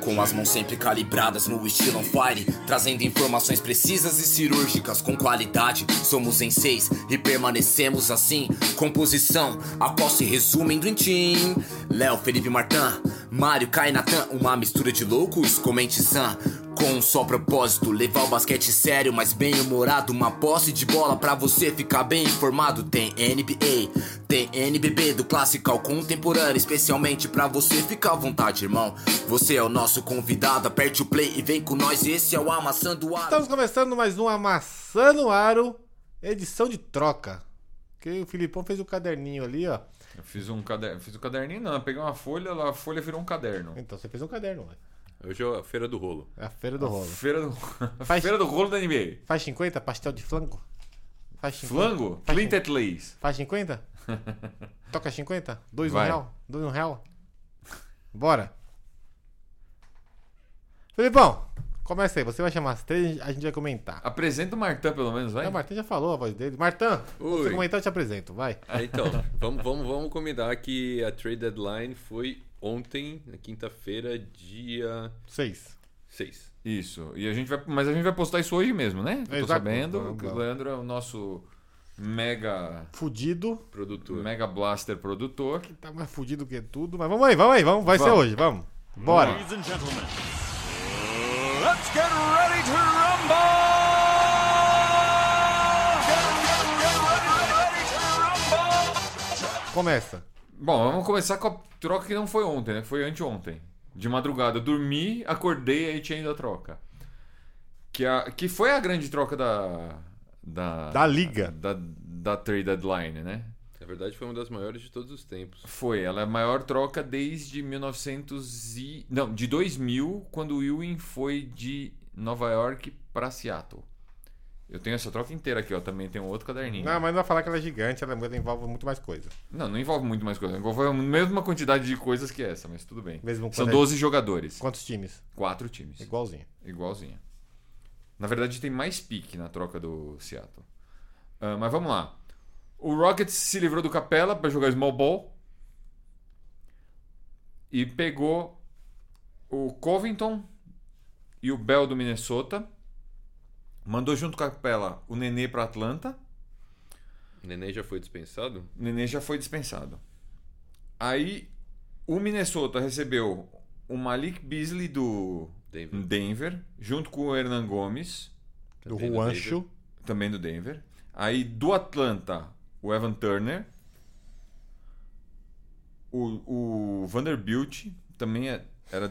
Com as mãos sempre calibradas no estilo on fire, trazendo informações precisas e cirúrgicas com qualidade. Somos em seis e permanecemos assim. Composição, a qual se resume em Dream Team. Léo, Felipe Martin, Mário, Kainatan, uma mistura de loucos, comente Sam. Com um só propósito, levar o basquete sério, mas bem humorado. Uma posse de bola pra você ficar bem informado. Tem NBA, tem NBB do clássico ao contemporâneo, especialmente pra você ficar à vontade, irmão. Você é o nosso convidado, aperte o play e vem com nós. Esse é o Amassando Ar. Estamos começando mais um Amassando Aro, edição de troca. Que o Filipão fez um caderninho ali, ó. Eu fiz um caderno. Fiz um caderninho, não. Eu peguei uma folha, lá, a folha virou um caderno. Então você fez um caderno, ué. Hoje é a feira do rolo. É a feira do rolo. Feira do, Faz- Feira do rolo da NBA. Faz 50, pastel de flango? Faz 50? Flango? Faz Clint Atlees. Faz 50? Toca 50? Dois um Vai. real? Dois um real? Bora. Felipão, começa aí. Você vai chamar as três a gente vai Ah, comentar. Apresenta o Martin, pelo menos, vai. Ah, O Martin já falou a voz dele. Martã, Oi. você comentar, eu te apresento. Vai. Ah, Então, vamos, vamos, vamos combinar que a trade deadline foi ontem, na quinta-feira, dia Seis. 6. Isso. E a gente vai, mas a gente vai postar isso hoje mesmo, né? Eu tô Exato. sabendo Vamos que o lá. Leandro é o nosso mega Fudido. Produtor. mega blaster produtor. Tá mais fudido que tudo. Mas vamos aí, vamos aí. Vamos, vai ser Vamos. hoje. Vamos. Bora. Ladies and gentlemen, let's get ready to rumble! Get, get, get ready, ready to rumble! Começa. Bom, vamos começar com a troca que não foi ontem, né? Que foi anteontem. De madrugada. Eu dormi, acordei e aí tinha ido a troca. Que, é a, que foi a grande troca da. Da, Da liga. Da, da trade deadline, né? Na verdade, foi uma das maiores de todos os tempos. Foi, ela é a maior troca desde 1900 e... Não, de 2000, quando o Ewing foi de Nova York pra Seattle. Eu tenho essa troca inteira aqui, ó. Também tem um outro caderninho. Não, mas não vai falar que ela é gigante. Ela ela envolve muito mais coisa. Não, não envolve muito mais coisa. Envolve a mesma quantidade de coisas que essa, mas tudo bem. Mesmo São quando é- 12 jogadores. Quantos times? Quatro times. Igualzinho. Igualzinha. Na verdade, tem mais pique na troca do Seattle. Ah, mas vamos lá. O Rockets se livrou do Capela para jogar small ball. E pegou o Covington e o Bell do Minnesota. Mandou junto com a Capela o Nenê para Atlanta. O Neném já foi dispensado? O Nenê já foi dispensado. Aí o Minnesota recebeu o Malik Beasley do Denver. Denver, junto com o Hernan Gomes. Do Também do Juancho. também do Denver. Aí do Atlanta, o Evan Turner. O, o Vanderbilt também é- era.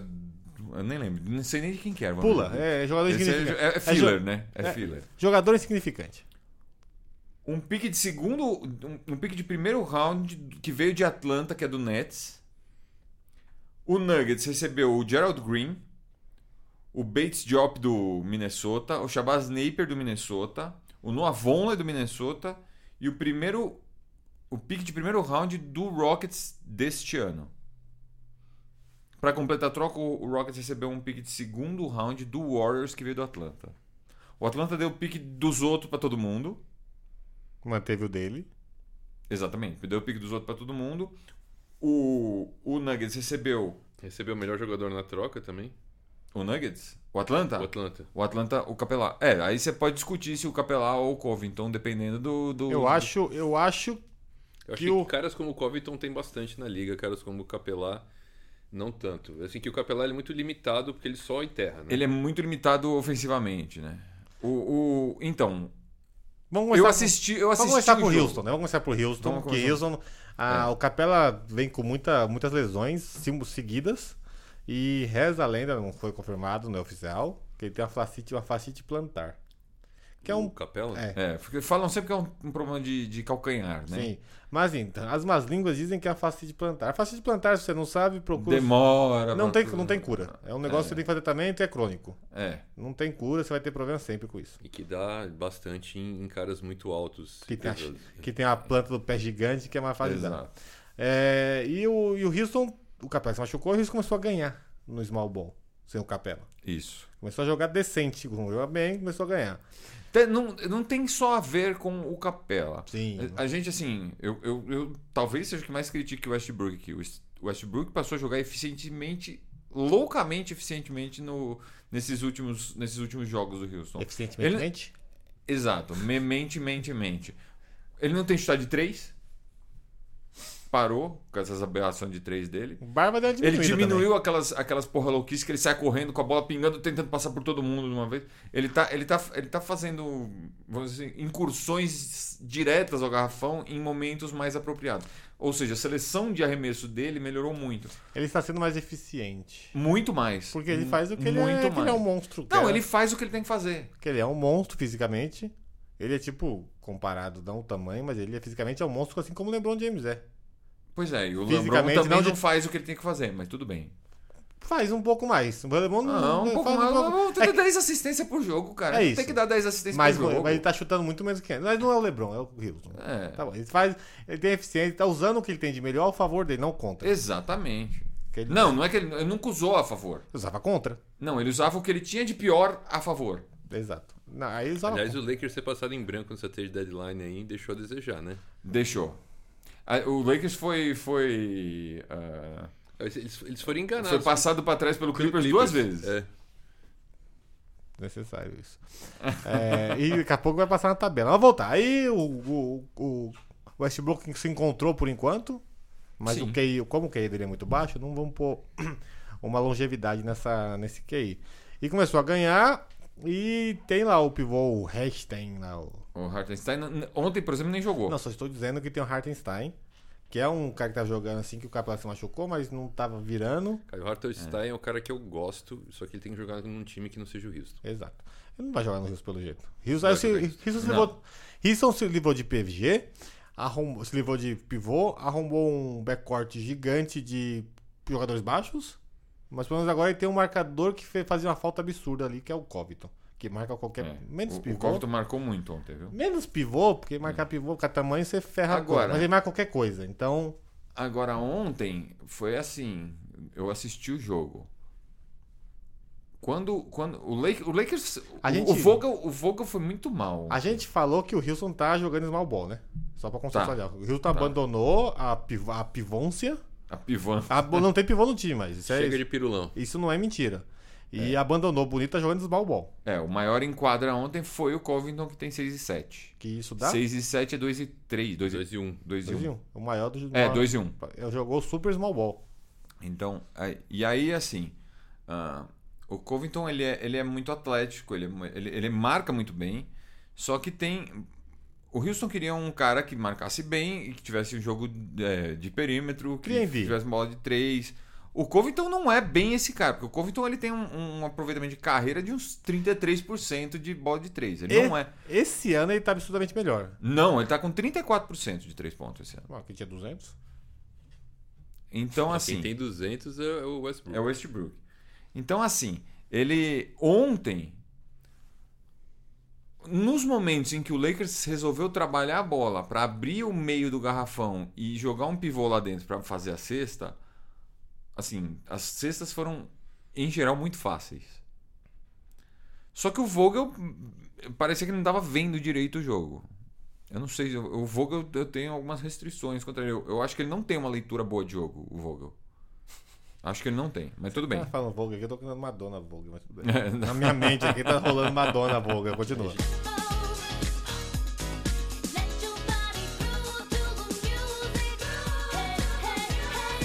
Eu nem lembro, não sei nem de quem que era. Pula. Vanderbilt. É jogador Esse é, insignificante. é, é filler, jo- né? É, é. filler. Jogador insignificante. Um pique de segundo. Um, um pique de primeiro round que veio de Atlanta, que é do Nets. O Nuggets recebeu o Gerald Green, o Bates Diop do Minnesota, o Shabazz Napier do Minnesota, o Noah Vonleh do Minnesota e o primeiro o pique de primeiro round do Rockets deste ano. Para completar a troca, o o Rockets recebeu um pique de segundo round do Warriors que veio do Atlanta. O Atlanta deu o pique dos outros para todo mundo. Manteve o dele. Exatamente, deu o pique dos outros para todo mundo. O, o Nuggets recebeu Recebeu o melhor jogador na troca também? o Nuggets? O Atlanta? O Atlanta. O Atlanta, o Capelá. É, aí você pode discutir se o Capelá ou o Covington, então, dependendo do. do- Eu acho, eu acho. Eu acho Que que, o- caras como o Covington tem bastante na liga, caras como o Capelá, não tanto. Assim que o Capelá ele é muito limitado porque ele só enterra, né? Ele é muito limitado ofensivamente, né? O, o- então, Vamos eu começar- assisti. Eu assisti Vamos começar o pro jogo. Houston, né? Vamos começar pro Houston, Vamos porque começar. É. Houston, a- o Capela vem com muita, muitas lesões sim- seguidas e reza a lenda, não foi confirmado, não é oficial, que ele tem uma fascite, uma fascite plantar. Que é O um Capela? É. É, porque falam sempre que é um, um problema de, de calcanhar, né? Sim. Mas então, as más línguas dizem que é a fascite plantar. A fascite plantar, se você não sabe, procura. Demora. Não pra- tem, não tem cura. É um negócio que você tem que fazer tratamento e é crônico. É. Não tem cura, você vai ter problema sempre com isso. E que dá bastante em, em caras muito altos. Que tem, a, pesados. que tem a planta do pé gigante que é mais fácil de dar. Exato. É, e, o, e o Houston, o Capela se machucou e o Houston começou a ganhar no small ball, sem o Capela. Isso. Começou a jogar decente, jogou bem, começou a ganhar. Tem- Não, não tem só a ver com o Capela. Sim. A a gente, assim, eu, eu, eu talvez seja o que mais critique o Westbrook aqui. O West- o Westbrook passou a jogar eficientemente loucamente eficientemente no, nesses, últimos, nesses últimos jogos do Houston. ah, Eficientemente? Exato. Me- Mente, mente, mente. Ele não tem chutar de três. Parou com essas aberrações de três dele. O Barba deu Ele diminuída também. diminuiu aquelas, aquelas porra louquice que ele sai correndo com a bola pingando, tentando passar por todo mundo de uma vez. Ele tá, ele tá, ele tá fazendo, vamos dizer, assim, incursões diretas ao garrafão em momentos mais apropriados. Ou seja, a seleção de arremesso dele melhorou muito. Ele está sendo mais eficiente. Muito mais. Porque ele faz o que ele Muito é. que ele é mais. um monstro. que Não, é- ele faz o que ele tem que fazer. que ele é um monstro fisicamente. Ele é tipo, comparado não o tamanho, mas ele é fisicamente é um monstro, assim como o LeBron James é. Pois é, e o LeBron Fisicamente, também não, não de- faz o que ele tem que fazer, mas tudo bem. Faz um pouco mais. O LeBron Não, um pouco faz mais. pouco- Não, Tem que dar 10 assistências por jogo, cara. É Não isso. Tem que dar 10 assistências Mas, por jogo. mas ele tá chutando muito menos que antes. Mas não é o LeBron, é o Houston. É. Tá bom. Ele faz, ele tem eficiência, ele tá usando o que ele tem de melhor ao favor dele, não contra. Exatamente. Que ele- Não, não é que ele, ele nunca usou a favor. Usava contra. Não, ele usava o que ele tinha de pior a favor. Exato. Não, aí ele usava Aliás, contra. o Lakers ser passado em branco no Saturday Deadline aí deixou a desejar, né? Deixou. Ah, O Lakers foi foi ah, Eles, eles foram enganados. foi passado pra trás pelo Pelo Clippers, duas vezes. É. Necessário isso. É, e daqui a pouco vai passar na tabela. Vamos voltar. Aí o, o, o Westbrook se encontrou por enquanto, mas Sim. o QI, como o QI dele é muito baixo, não vamos pôr uma longevidade nessa, nesse QI. E começou a ganhar, e tem lá o pivô, o Hashtag lá, o O Hartenstein n- ontem, por exemplo, nem jogou. Não, só estou dizendo que tem o Hartenstein, que é um cara que tá jogando assim, que o Capela se machucou, mas não tava virando. Cara, o Hartenstein é. um cara que eu gosto, só que ele tem que jogar num time que não seja o Houston. Exato. Ele não vai jogar no Rios pelo jeito. Rios, aí, se, jogar. Houston se Não. livrou, Houston se livrou de PVG, arrombou, se livrou de pivô, arrombou um backcourt gigante de jogadores baixos, mas pelo menos agora ele tem um marcador que fe- fazia uma falta absurda ali, que é o Covington, que marca qualquer... É. Menos o, o pivô. Covington marcou muito ontem, viu? Menos pivô, porque marcar pivô com tamanho você ferra Agora. agora. Mas ele marca qualquer coisa, então... Agora, ontem foi assim. Eu assisti o jogo. Quando, quando o, Lake, o Lakers. A o, gente- o, Vogel, o Vogel foi muito mal. A gente falou que o Houston tá jogando small ball, né? Só pra consolidar. O Houston abandonou a, piv a pivôncia. A pivã. A- não tem pivô no time, mas isso, é- Chega de pirulão. isso não é mentira. E abandonou bonita jogando small ball. É, o maior em quadra ontem foi o Covington, que tem 6 e 7. Que isso dá 6 e 7 é 2 e 3. 2 2 e e 1. 2 e dois e 1. um. O maior do É, maior- 2 e 1. Ele jogou super small ball. Então, aí- e aí assim, ah, o Covington ele é, ele é muito atlético, ele, é mu- ele, ele marca muito bem, só que tem... O Houston queria um cara que marcasse bem e que tivesse um jogo eh, de perímetro, que Cria e vira. tivesse bola de três. O Covington não é bem esse cara, porque o Covington ele tem um, um aproveitamento de carreira de uns 33% de bola de três. Ele E- não é. Esse ano ele tá absurdamente melhor. Não, ele tá com 34% de três pontos esse ano. Ah, que tinha 200. Então, assim. Quem tem 200 é é o Westbrook. É o Westbrook. Então, assim, ele ontem, nos momentos em que o Lakers resolveu trabalhar a bola para abrir o meio do garrafão e jogar um pivô lá dentro para fazer a cesta, assim, as cestas foram, em geral, muito fáceis. Só que o Vogel hum, parecia que não estava vendo direito o jogo. Eu não sei, o o Vogel eu tenho algumas restrições contra ele. Eu, eu acho que ele não tem uma leitura boa de jogo, o Vogel. Acho que ele não tem, mas tudo bem. Ah, falando Vogue aqui, eu tô cantando Madonna Vogue, mas tudo bem. Na minha mente aqui tá rolando Madonna Vogue, continua. Let your body groove to the music. Hey, hey,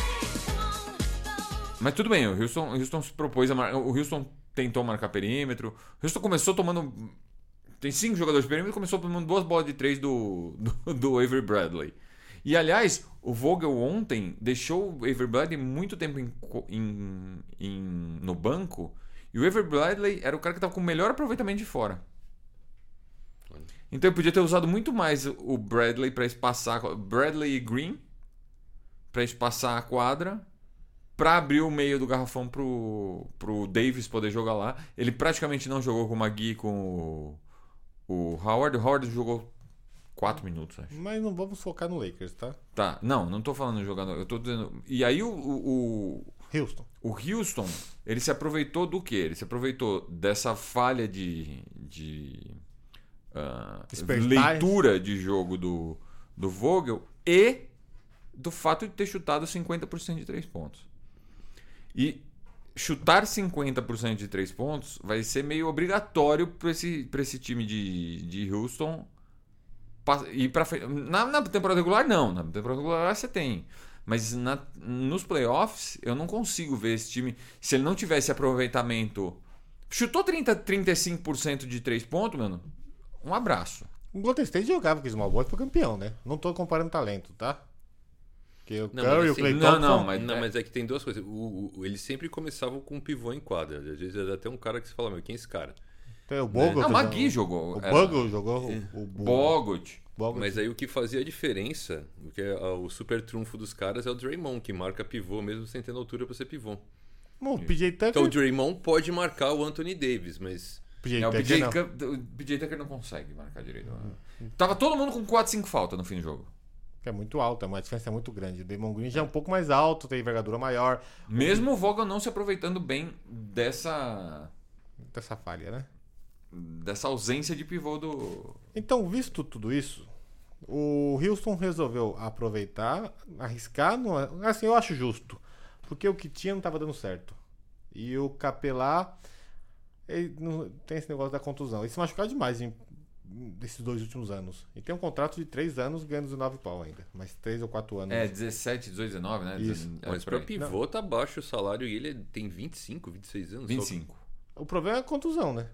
hey, come on, go. Mas tudo bem, o Houston, o Houston se propôs a marcar. O Houston tentou marcar perímetro. O Houston começou tomando. Tem cinco jogadores de perímetro começou tomando duas bolas de três do, do, do Avery Bradley. E aliás, o Vogel ontem deixou o Avery Bradley muito tempo em, co- em- em- no banco. E o Avery Bradley era o cara que estava com o melhor aproveitamento de fora. Então ele podia ter usado muito mais o Bradley para espaçar. a qua- Bradley e Green para espaçar a quadra Pra abrir o meio do garrafão pro, pro Davis poder jogar lá. Ele praticamente não jogou com o Magui com o, o Howard. O Howard jogou 4 minutos, né? acho. Mas não vamos focar no Lakers, tá? Tá, não, não tô falando jogando. Eu tô dizendo. E aí o, o, o- Houston. o Houston, ele se aproveitou do quê? Ele se aproveitou dessa falha de. de ah, Expertise. leitura de jogo do, do Vogel e do fato de ter chutado 50% de três pontos. E chutar 50% de três pontos vai ser meio obrigatório para esse, pra esse time de, de Houston pa- ir para frente. Na, na temporada regular, não. Na temporada regular você tem. Mas na- nos playoffs, eu não consigo ver esse time. Se ele não tivesse aproveitamento. Chutou 30, 35% de três pontos, mano. Um abraço. O Golden State jogava com o Small Ball e foi campeão, né? Não tô comparando talento, tá? Porque o Não, mas Curry e o assim, Clay não, Thompson... não, mas- Não, é. mas é que tem duas coisas. O- o- eles sempre começavam com um pivô em quadra. Às vezes era até um cara que você fala, meu, quem é esse cara? Tem o Bogut... Não, o Magui né? jogou. é. O era- Bogut jogou... O, o Bogut. Bogut. é Mas aí o que fazia a diferença, o que é ah, o super trunfo dos caras é o Draymond, que marca pivô mesmo sem ter altura pra ser pivô. Bom, o PJ Tucker... Então o Draymond pode marcar o Anthony Davis, mas PJ É, o Tucker PJ, não. Tucker- o PJ Tucker não consegue marcar direito. né? Tava todo mundo com 4, 5 faltas no fim do jogo. que é muito alta, mas a diferença é muito grande. O Damon Green já é um pouco mais alto, tem envergadura maior. Mesmo o Vogel não se aproveitando bem dessa, Dessa falha, né? dessa ausência de pivô do. Então, visto tudo isso, o Houston resolveu aproveitar, arriscar. Não é- assim, eu acho justo. Porque o que tinha não estava dando certo. E o Capelá ele não- tem esse negócio da contusão. Ele se machucou demais em, nesses dois últimos anos. E tem um contrato de três anos ganhando 19 pau ainda. Mas três ou quatro anos. É, 17, 18, 19, né? Isso. Dezen- Mas por aí. pra pivô tá baixo o salário e ele é- tem 25, 26 anos. só. 25. O problema é a contusão, né?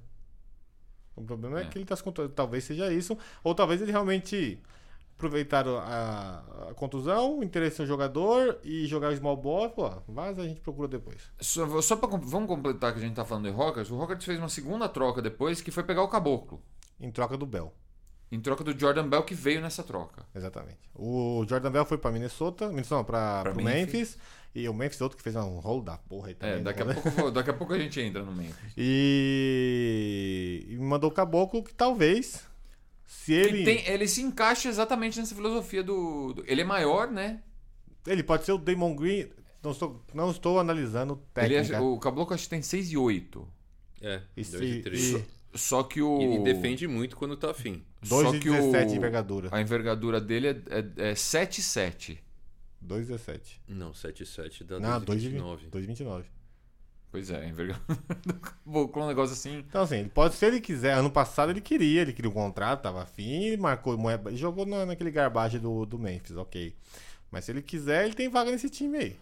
O problema é, É. que ele tá se contu- Talvez seja isso. Ou talvez eles realmente aproveitaram a, a contusão, o interesse no jogador e jogar o small ball. Pô, vaza, a gente procura depois. Só, só pra, com- vamos completar que a gente tá falando de Rockets. O Rockets fez uma segunda troca depois que foi pegar o Caboclo. Em troca do Bell. Em troca do Jordan Bell que veio nessa troca. Exatamente. O Jordan Bell foi pra Minnesota, Minnesota não, pra, Pra pro Memphis. Memphis. E o Memphis, outro que fez um rolo da porra aí também. É, né, daqui a, mano? pouco, eu vou- daqui a pouco a gente entra no meio. E... e mandou o caboclo que talvez, se ele. Ele, tem- ele se encaixa exatamente nessa filosofia do, do- Ele é maior, né? Ele pode ser o Damon Green. Não estou, não estou analisando Ele técnica. é- o Caboclo acho que tem 6 e 8. É, E 2 e se- 3. e- Só que o. Ele defende muito quando tá afim. 2 só e que o- 17 de envergadura. A envergadura dele é, é, é 7 e 7. 2 e 17. Não, 7 e 7 dá Não, 2 2 e e 29. 29. Pois é, a envergadura do Caboclo é um negócio assim. Então, assim, ele pode, se ele quiser. Ano passado ele queria, ele queria o contrato, tava afim, ele marcou, moeba- ele jogou na, naquele garbage do, do Memphis, ok. Mas se ele quiser, ele tem vaga nesse time aí.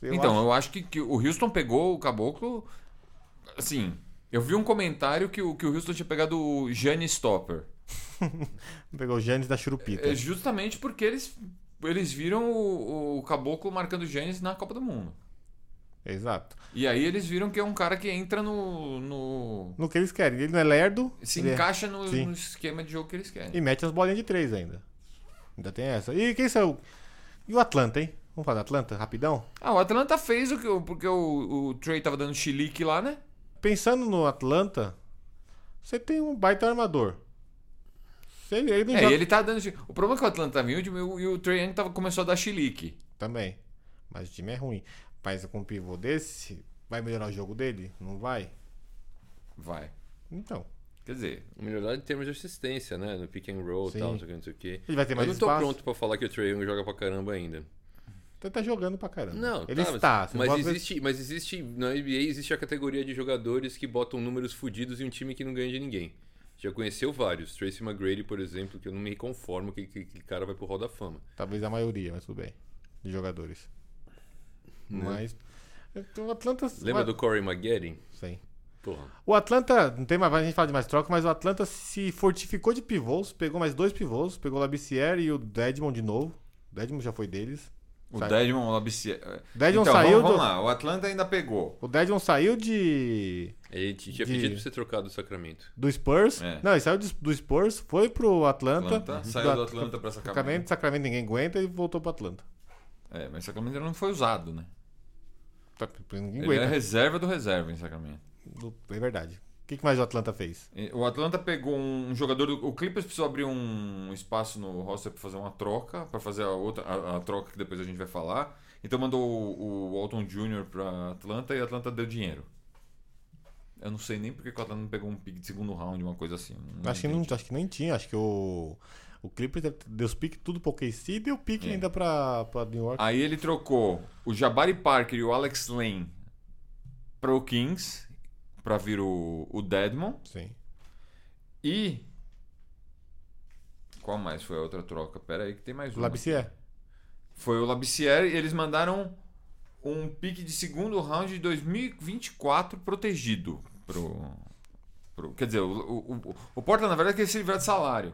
Eu então, acho- eu acho que, que o Houston pegou o Caboclo. Assim, eu vi um comentário que o, que o Houston tinha pegado o Gianni Stopper. Pegou o Giannis da Churupita. É justamente porque eles, eles viram o, o Caboclo marcando o Giannis na Copa do Mundo. é, Exato. E aí eles viram que é um cara que entra no. no- No que eles querem. Ele não é lerdo. se ele é- encaixa no, Sim. no esquema de jogo que eles querem. E mete as bolinhas de 3 ainda. Ainda tem essa. E quem saiu? E o Atlanta, hein? Vamos falar do Atlanta, rapidão? Ah, o Atlanta fez o que. o- Porque o, o Trey tava dando chilique lá, né? pensando no Atlanta, você tem um baita armador. Se ele, ele não É, joga- ele tá dando. chi- O problema é que o Atlanta tava em último e o, e o Trey Young tava, começou a dar chilique. também. Mas o time é ruim. Mas com um pivô desse, vai melhorar o jogo dele? Não vai? Vai. Então. Quer dizer, Melhorar em termos de assistência, né? No pick and roll Sim. e tal, não sei o que, não sei o que. Ele vai ter mais Eu não tô espaço. pronto pra falar que o Trae Young joga pra caramba ainda. Ele tá jogando pra caramba. Não, ele tá, está. Mas, mas você não existe, mas existe. Na NBA existe a categoria de jogadores que botam números fodidos em um time que não ganha de ninguém. Já conheceu vários. Tracy McGrady, por exemplo, que eu não me conformo que aquele cara vai pro Hall da Fama. Talvez a maioria, mas tudo bem. De jogadores. Mas. então, O Atlanta. Né? Lembra do Corey Maggette? Sim. Porra. O Atlanta, não tem mais, a gente fala de mais troca, mas o Atlanta se fortificou de pivôs, pegou mais dois pivôs, pegou o Labissiere e o Dedmon de novo. O Dedmon já foi deles. o Sai. Dedmon Labissier. Dedmon então, saiu vamos, vamos do- lá. O Atlanta ainda pegou. O Dedmon saiu de Ele tinha De- pedido pra você trocar do Sacramento. do Spurs. É. Não, ele saiu de- do Spurs, foi pro Atlanta. Uhum. Atlanta, saiu do Atlanta pra né? Sacramento. Sacramento, Sacramento ninguém aguenta e voltou pro Atlanta. É, mas Sacramento não foi usado, né? Tá, Ninguém Ele é aguenta. reserva do reserva em Sacramento. É verdade. O que que mais o Atlanta fez? E O Atlanta pegou um jogador. do- O Clippers precisou abrir um espaço no roster pra fazer uma troca, pra fazer a outra a, a troca que depois a gente vai falar. Então mandou o, o Walton Jr. pra Atlanta e a Atlanta deu dinheiro. Eu não sei nem porque que o Atlanta não pegou um pick de segundo round, uma coisa assim. acho, que não, acho que nem tinha, acho que o. O Clippers deve- deu os piques tudo pro KC e deu pique É. ainda Ah. pra, pra New York. Aí ele trocou o Jabari Parker e o Alex Lane pro Kings, pra vir o, o Deadmon. Sim. E. Qual mais foi a outra troca? Pera aí, que tem mais O uma. Labissier. Foi o Labissiere e eles mandaram um pique de segundo round de 2024 protegido pro. pro- quer dizer, o, o, o- o Portland, na verdade, quer se livrar de salário.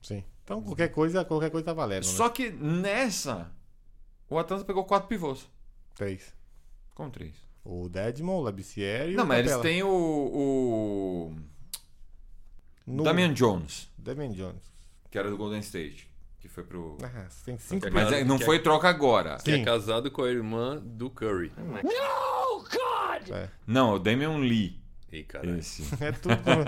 Sim. Então qualquer coisa, qualquer coisa tá valendo. Só... Né? Só que nessa, o Atlanta pegou quatro pivôs. Três. Com três. O Deadmon, o Labissier e Não, o mas eles Capela. têm o. o No... um. Damian Jones, Damian Jones. que era do Golden State. Que foi pro. Ah, você tem cinco... Capela. Mas é- não foi troca agora. Que é Sim. É. casado com a irmã do Curry. Não, é o Damian Lee. Ei, caralho. Esse. É tudo... com-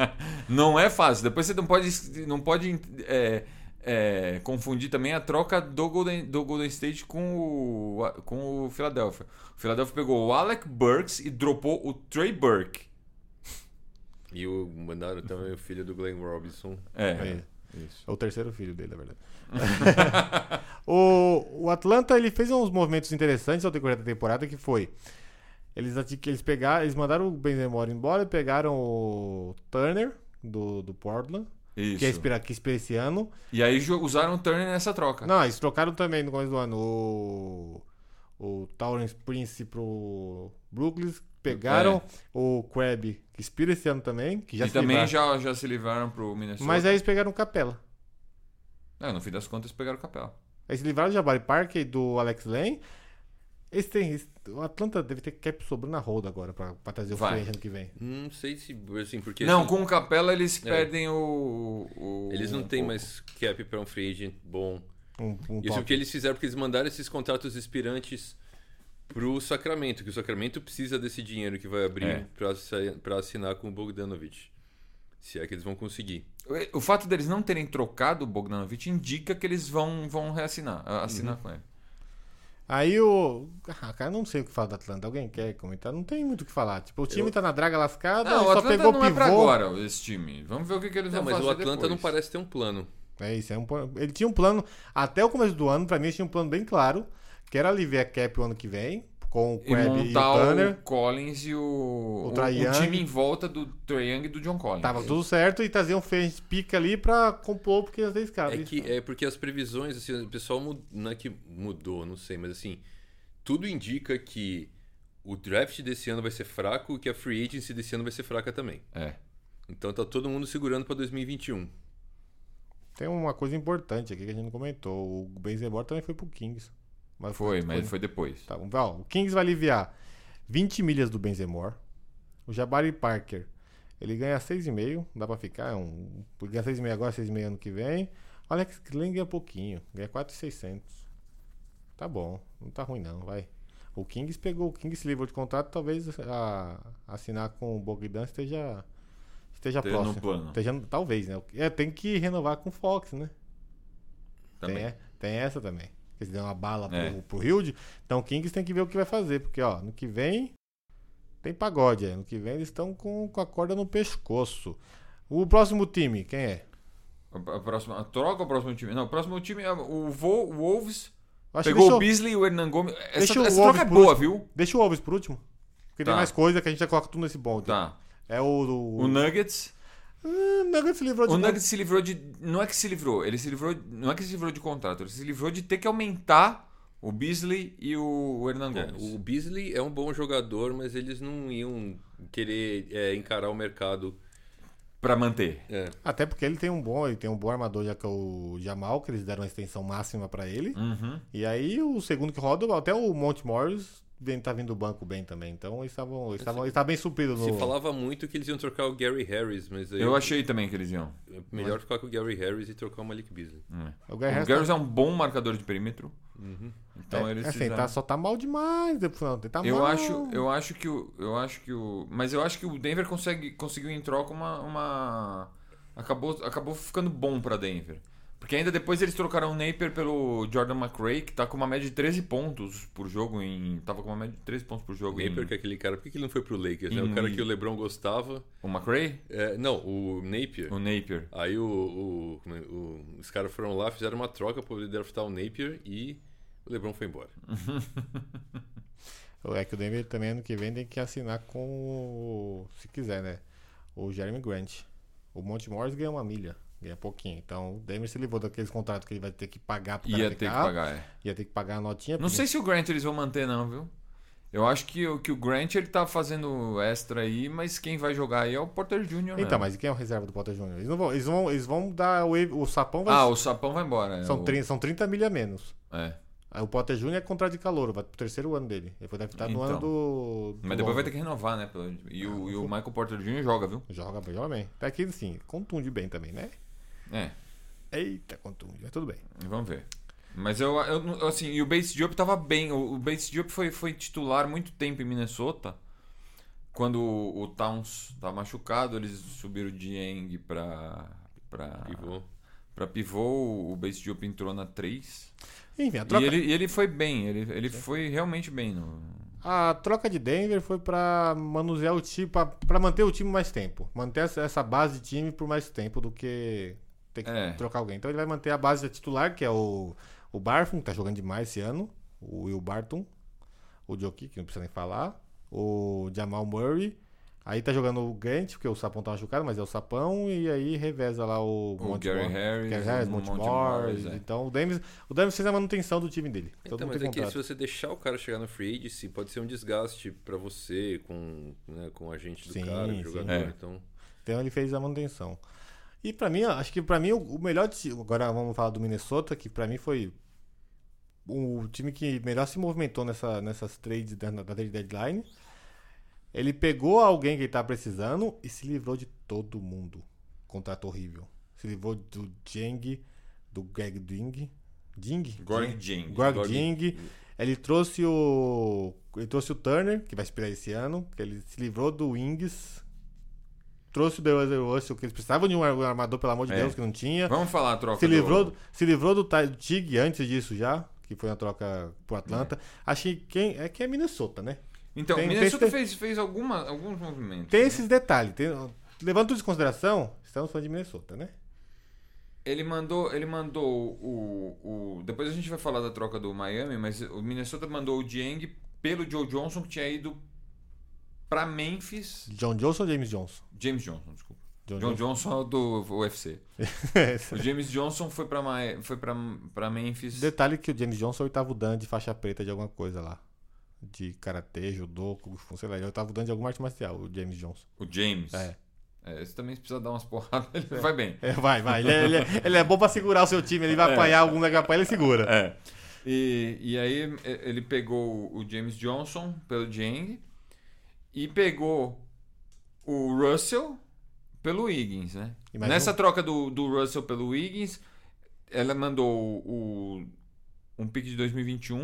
Não é fácil. Depois você não pode, não pode é, é, confundir também a troca do Golden, do Golden State com o, com o Philadelphia. O Philadelphia pegou o Alec Burks e dropou o Trey Burke. E o, mandaram também o filho do Glenn Robinson. É. É. É o terceiro filho dele, na verdade. o, o Atlanta ele fez uns movimentos interessantes ao decorrer da temporada que foi eles ati- que eles pegaram, eles mandaram o Benzemore embora, pegaram o Turner do, do Portland, que é ia Isso. expirar que expira esse ano. E aí jo- usaram o Turner nessa troca. Não, eles trocaram também no começo do ano o o Taurens Prince pro Brooklyn, pegaram o Crabbe, que expira esse ano também, que já É. e se também livraram. já, já se livraram pro Minnesota. Mas aí eles pegaram o Capela. É, no fim das contas, pegaram o Capela. Eles se livraram do Jabari Parker e do Alex Lane. Eles têm, eles- o Atlanta deve ter cap sobrando na roda agora pra, pra trazer o Vai. Free ano que vem. Não sei se, assim, porque... não, assim, com o Capela eles É. perdem o, o- Eles não têm o- mais cap pra um free agent bom. Um, um Isso é o top. que eles fizeram, porque eles mandaram esses contratos expirantes pro Sacramento, que o Sacramento precisa desse dinheiro que vai É. abrir pra para assinar com o Bogdanovich. Se é que eles vão conseguir. O fato deles não terem trocado o Bogdanovich indica que eles vão, vão reassinar, ah, assinar Uhum. com ele. Aí o. Ah, cara, não sei o que falar do Atlanta. Alguém quer comentar? Não tem muito o que falar. Tipo, o time tá na draga lascada, Não, o só Atlanta pegou não pivô. é pra agora esse time. Vamos ver o que, que eles Não, vão mas fazer o Atlanta depois. não parece ter um plano. É isso, é um plano- ele tinha um plano, até o começo do ano, pra mim, ele tinha um plano bem claro, que era aliviar a cap o ano que vem, com o E Crabbe e, o montar o, Turner. Collins e o, o, Trae o Young. time em volta do Trae Young e do John Collins. Tava tudo certo e trazer um Fênix pica ali pra compor, porque às vezes Tá cabe. É que é porque as previsões, assim, o pessoal mud- não é que mudou, não sei, mas assim, tudo indica que o draft desse ano vai ser fraco e que a free agency desse ano vai ser fraca também. É. Então tá todo mundo segurando pra 2021. Tem uma coisa importante aqui que a gente não comentou. O Benzemore também foi pro Kings. Mas Foi, mas foi depois. Tá, vamos ver, ó. o Kings vai aliviar 20 milhas do Benzemore. O Jabari Parker, ele ganha 6,5. Dá pra ficar. É um, ele ganha 6,5 agora, 6,5 ano que vem. O Alex Klein ganha pouquinho. Ganha 4,600. Tá bom. Não tá ruim não, vai. O Kings pegou, o Kings se livrou de contrato. Talvez a- assinar com o Bogdan esteja... Esteja Esteja Tá no próximo. plano. Esteja no- talvez, né? É, tem que renovar com o Fox, né? Também. Tem, é. tem essa também. Eles dão uma bala pro, É. pro Hilde. Então o Kings tem que ver o que vai fazer. Porque, ó, no que vem. Tem pagode aí. No que vem eles estão com, com a corda no pescoço. O próximo time, quem é? A, a próxima, a troca ou o próximo time? Não, o próximo time é o, Vo, o Wolves. Eu acho que pegou deixa, o Beasley e o Hernan Gomes. Essa, deixa o essa troca Wolves é por boa, viu? deixa o Alves por último. Porque Tá. tem mais coisa que a gente já coloca tudo nesse bonde. Tá. É o. o, O Nuggets. Ah, o Nuggets se livrou de O Nuggets se Tipo, livrou de. Não é que se livrou, ele se livrou. Não é que se livrou de contrato, ele se livrou de ter que aumentar o Beasley e o, o Hernan É, Gomes. o Beasley é um bom jogador, mas eles não iam querer é, encarar o mercado. Pra manter. É. Até porque ele tem um bom, ele tem um bom armador, já que é o Jamal, que eles deram uma extensão máxima pra ele. Uhum. E aí o segundo que roda, até o Monte Morris vem, tá vindo do banco bem também. Então eles estavam. Eles estavam- eles estavam bem supridos Se no. falava muito que eles iam trocar o Gary Harris, mas aí Eu achei também que eles iam. é melhor ficar com o Gary Harris e trocar o Malik Beasley. O O Gary Harris Garrus é um bom marcador de perímetro. Então é, eles assim, fizeram- tá, só tá mal demais. né, Não, tá Eu mal. acho, eu acho que o, eu acho que o, mas eu acho que o Denver consegue, conseguiu em troca uma, uma- acabou, acabou ficando bom pra Denver. Porque ainda depois eles trocaram o Napier pelo Jordan McRae, que tá com uma média de 13 pontos por jogo em, tava com uma média de 13 pontos por jogo Alguém em porque aquele cara, por que que ele não foi pro Lakers? né? Em- O cara que o LeBron gostava. o McRae, é, não, o Napier. o Napier. Aí o, o- como é- o- os caras foram lá, fizeram uma troca pra poder draftar o Napier e o LeBron foi embora. É que o Denver também ano que vem tem que assinar com o. Se quiser, né? O Jeremy Grant. O Monte Morris ganha uma milha. Ganha pouquinho. Então o Denver se livrou daqueles contratos que ele vai ter que pagar pro cara Ia ficar, ter que pagar, é. Ia ter que pagar a notinha. Não porque- sei né? se o Grant eles vão manter, não, viu? Eu acho que, o- que o Grant ele tá fazendo extra aí, mas quem vai jogar aí é o Porter Jr. Então, mesmo. mas e quem é o reserva do Potter Jr.? Eles não vão. Eles vão, eles vão dar. O, o sapão vai. Ah, o Sapão vai embora. né? são, O- 30, são 30 milha a menos. É. Aí o Potter Jr. é contrato de calor, vai pro terceiro ano dele. Ele foi draftado no ano Então. do. do Mas depois vai Lonzo. ter que renovar, né? pelo- E Ah, o, e o Michael Porter Jr. joga, viu? Joga, bem, joga bem. Até que, assim, contunde bem também, né? É, Eita, contunde, mas tudo bem. vamos ver. Mas eu, eu não- eu, assim, e o Bates Diop tava bem. O, o Bates Diop foi, foi titular muito tempo em Minnesota. Quando o, o Towns tava machucado, eles subiram o Dieng pra, pra, E vou. pra pivô. O Bates Diop entrou na 3. Enfim, a E troca, ele, e ele foi bem, ele, ele foi realmente bem. No... a troca de Denver foi pra manusear o time, pra, pra manter o time mais tempo. Manter essa, essa base de time por mais tempo do que ter que É. trocar alguém. Então ele vai manter a base da titular, que é o, o Barfum, que tá jogando demais esse ano. O Will Barton. O Jokic, que não precisa nem falar. O Jamal Murray. Aí tá jogando o Grant, porque o Sapão tá machucado, mas é o Sapão. E aí reveza lá o, O Gary Harris, Gary Harris, o Monte Monte Morris. Morris, é. Então o Davis, o Davis fez a manutenção do time dele. Todo Então, mundo mas tem é que contrato. se você deixar o cara chegar no free agency, pode ser um desgaste pra você com, né, com a gente do Sim, cara, sim. o jogador. É. Então, Então ele fez a manutenção. E pra mim, ó, acho que pra mim o- o melhor time, agora vamos falar do Minnesota, que pra mim foi o time que melhor se movimentou nessa, nessas trades da, da trade deadline. Ele pegou alguém que ele tá precisando e se livrou de todo mundo. Contrato horrível. Se livrou do Jeng, do Greg Ding. Ding? Goran Ding. Gorg Gorg Ding. Ele trouxe o. Ele trouxe o Turner, que vai expirar esse ano. Que ele se livrou do Wings. Trouxe o DeRozan Russell, que eles precisavam de um ar- armador, pelo amor de É. Deus, que não tinha. Vamos falar a troca se, livrou, do... do- se livrou do Ty- do Tig antes disso já, que foi uma troca pro É. Atlanta. Achei que quem. É que é Minnesota, né? Então, Tem- Minnesota tem- fez, fez alguma, alguns movimentos. Tem esses detalhes. Tem, levando tudo em consideração, estamos falando de Minnesota, né? Ele mandou, ele mandou o, o. Depois a gente vai falar da troca do Miami, mas o Minnesota mandou o Dieng pelo Joe Johnson, que tinha ido pra Memphis. John Johnson ou James Johnson? James Johnson, desculpa. John John Johnson é o do UFC. O Johnson. James Johnson foi pra, Mi- foi pra, pra Memphis. Detalhe que o James Johnson é o oitavo dan de faixa preta de alguma coisa lá. De karatê, judô, kung fu, sei lá. Ele é o oitavo dan de alguma arte marcial, o James Johnson. O James. É. É, esse também precisa dar umas porradas, ele vai bem. É, vai, vai. Ele é, ele é- ele é bom pra segurar o seu time. Ele vai apanhar algum lugar pra ele segura. É. E, e aí e- ele pegou o James Johnson pelo Jang e pegou o Russell pelo Higgins, né? E mais Nessa troca do, do Russell pelo Higgins, ela mandou o, o- um pick de 2021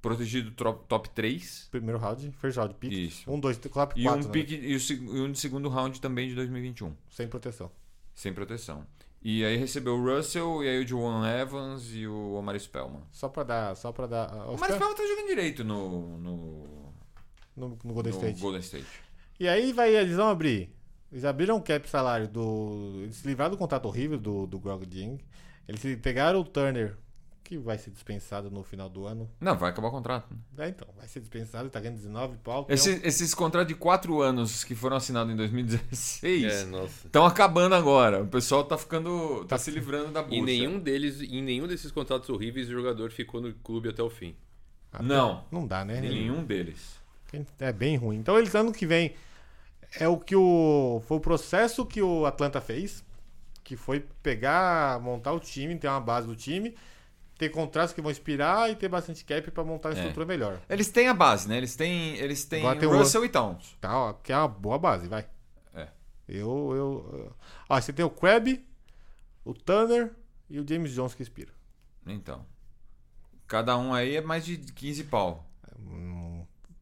protegido tro- top 3 Primeiro round, first round, pick. Isso. Um, dois, três, quatro, e quatro. um né? pick e, o seg- e um de segundo round também de 2021. Sem proteção. Sem proteção. E aí recebeu o Russell, e aí o Juwan Evans e o Omar Spellman. Só pra dar... Só pra dar ah, O os Omar caras- Spellman tá jogando direito no, no, no, no Golden no State. Golden State. E aí vai, eles vão abrir. Eles abriram o cap salário do. Eles se livraram do contrato horrível do, do Grog Jing. Eles pegaram o Turner, que vai ser dispensado no final do ano. Não, vai acabar o contrato. né? É, então, vai ser dispensado, tá ganhando 19 pau. tem Esse- esses contratos de 4 anos que foram assinados em 2016 é, nossa. estão acabando agora. O pessoal tá ficando. tá se livrando da bucha. Em nenhum deles, em nenhum desses contratos horríveis, o jogador ficou no clube até o fim. um- Não. Não dá, né? Nenhum deles. É bem ruim. Então, eles ano que vem. É o que o. Foi o processo que o Atlanta fez. Que foi pegar, montar o time, ter uma base do time, ter contratos que vão expirar e ter bastante cap pra montar uma É. estrutura melhor. Eles têm a base, né? Eles têm. Eles têm Agora tem o Russell e Towns. Tá, ó, que é uma boa base, vai. É. Eu, eu. Ó, você tem o Krabby, o Turner e o James Jones que expira. Então. Cada um aí é mais de 15 pau.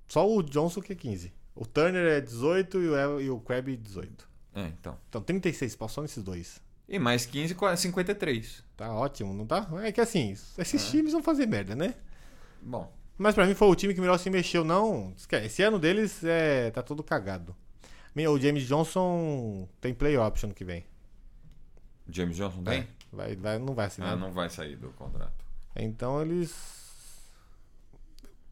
Só o Johnson que é 15. O Turner é 18 e o, Ev- e o Krabby 18. É, então. Então 36 pau só nesses dois. E mais 15, qua- 53. Tá ótimo, não tá? É que assim, esses times vão fazer merda, né? Bom, Mas pra mim foi o time que melhor se mexeu, não. esquece. Esse ano deles é, tá todo cagado. Meu, o James Johnson tem play option que vem. James Johnson tem? Vai, vai, não vai Ah, assinar. não vai sair do contrato. Então eles.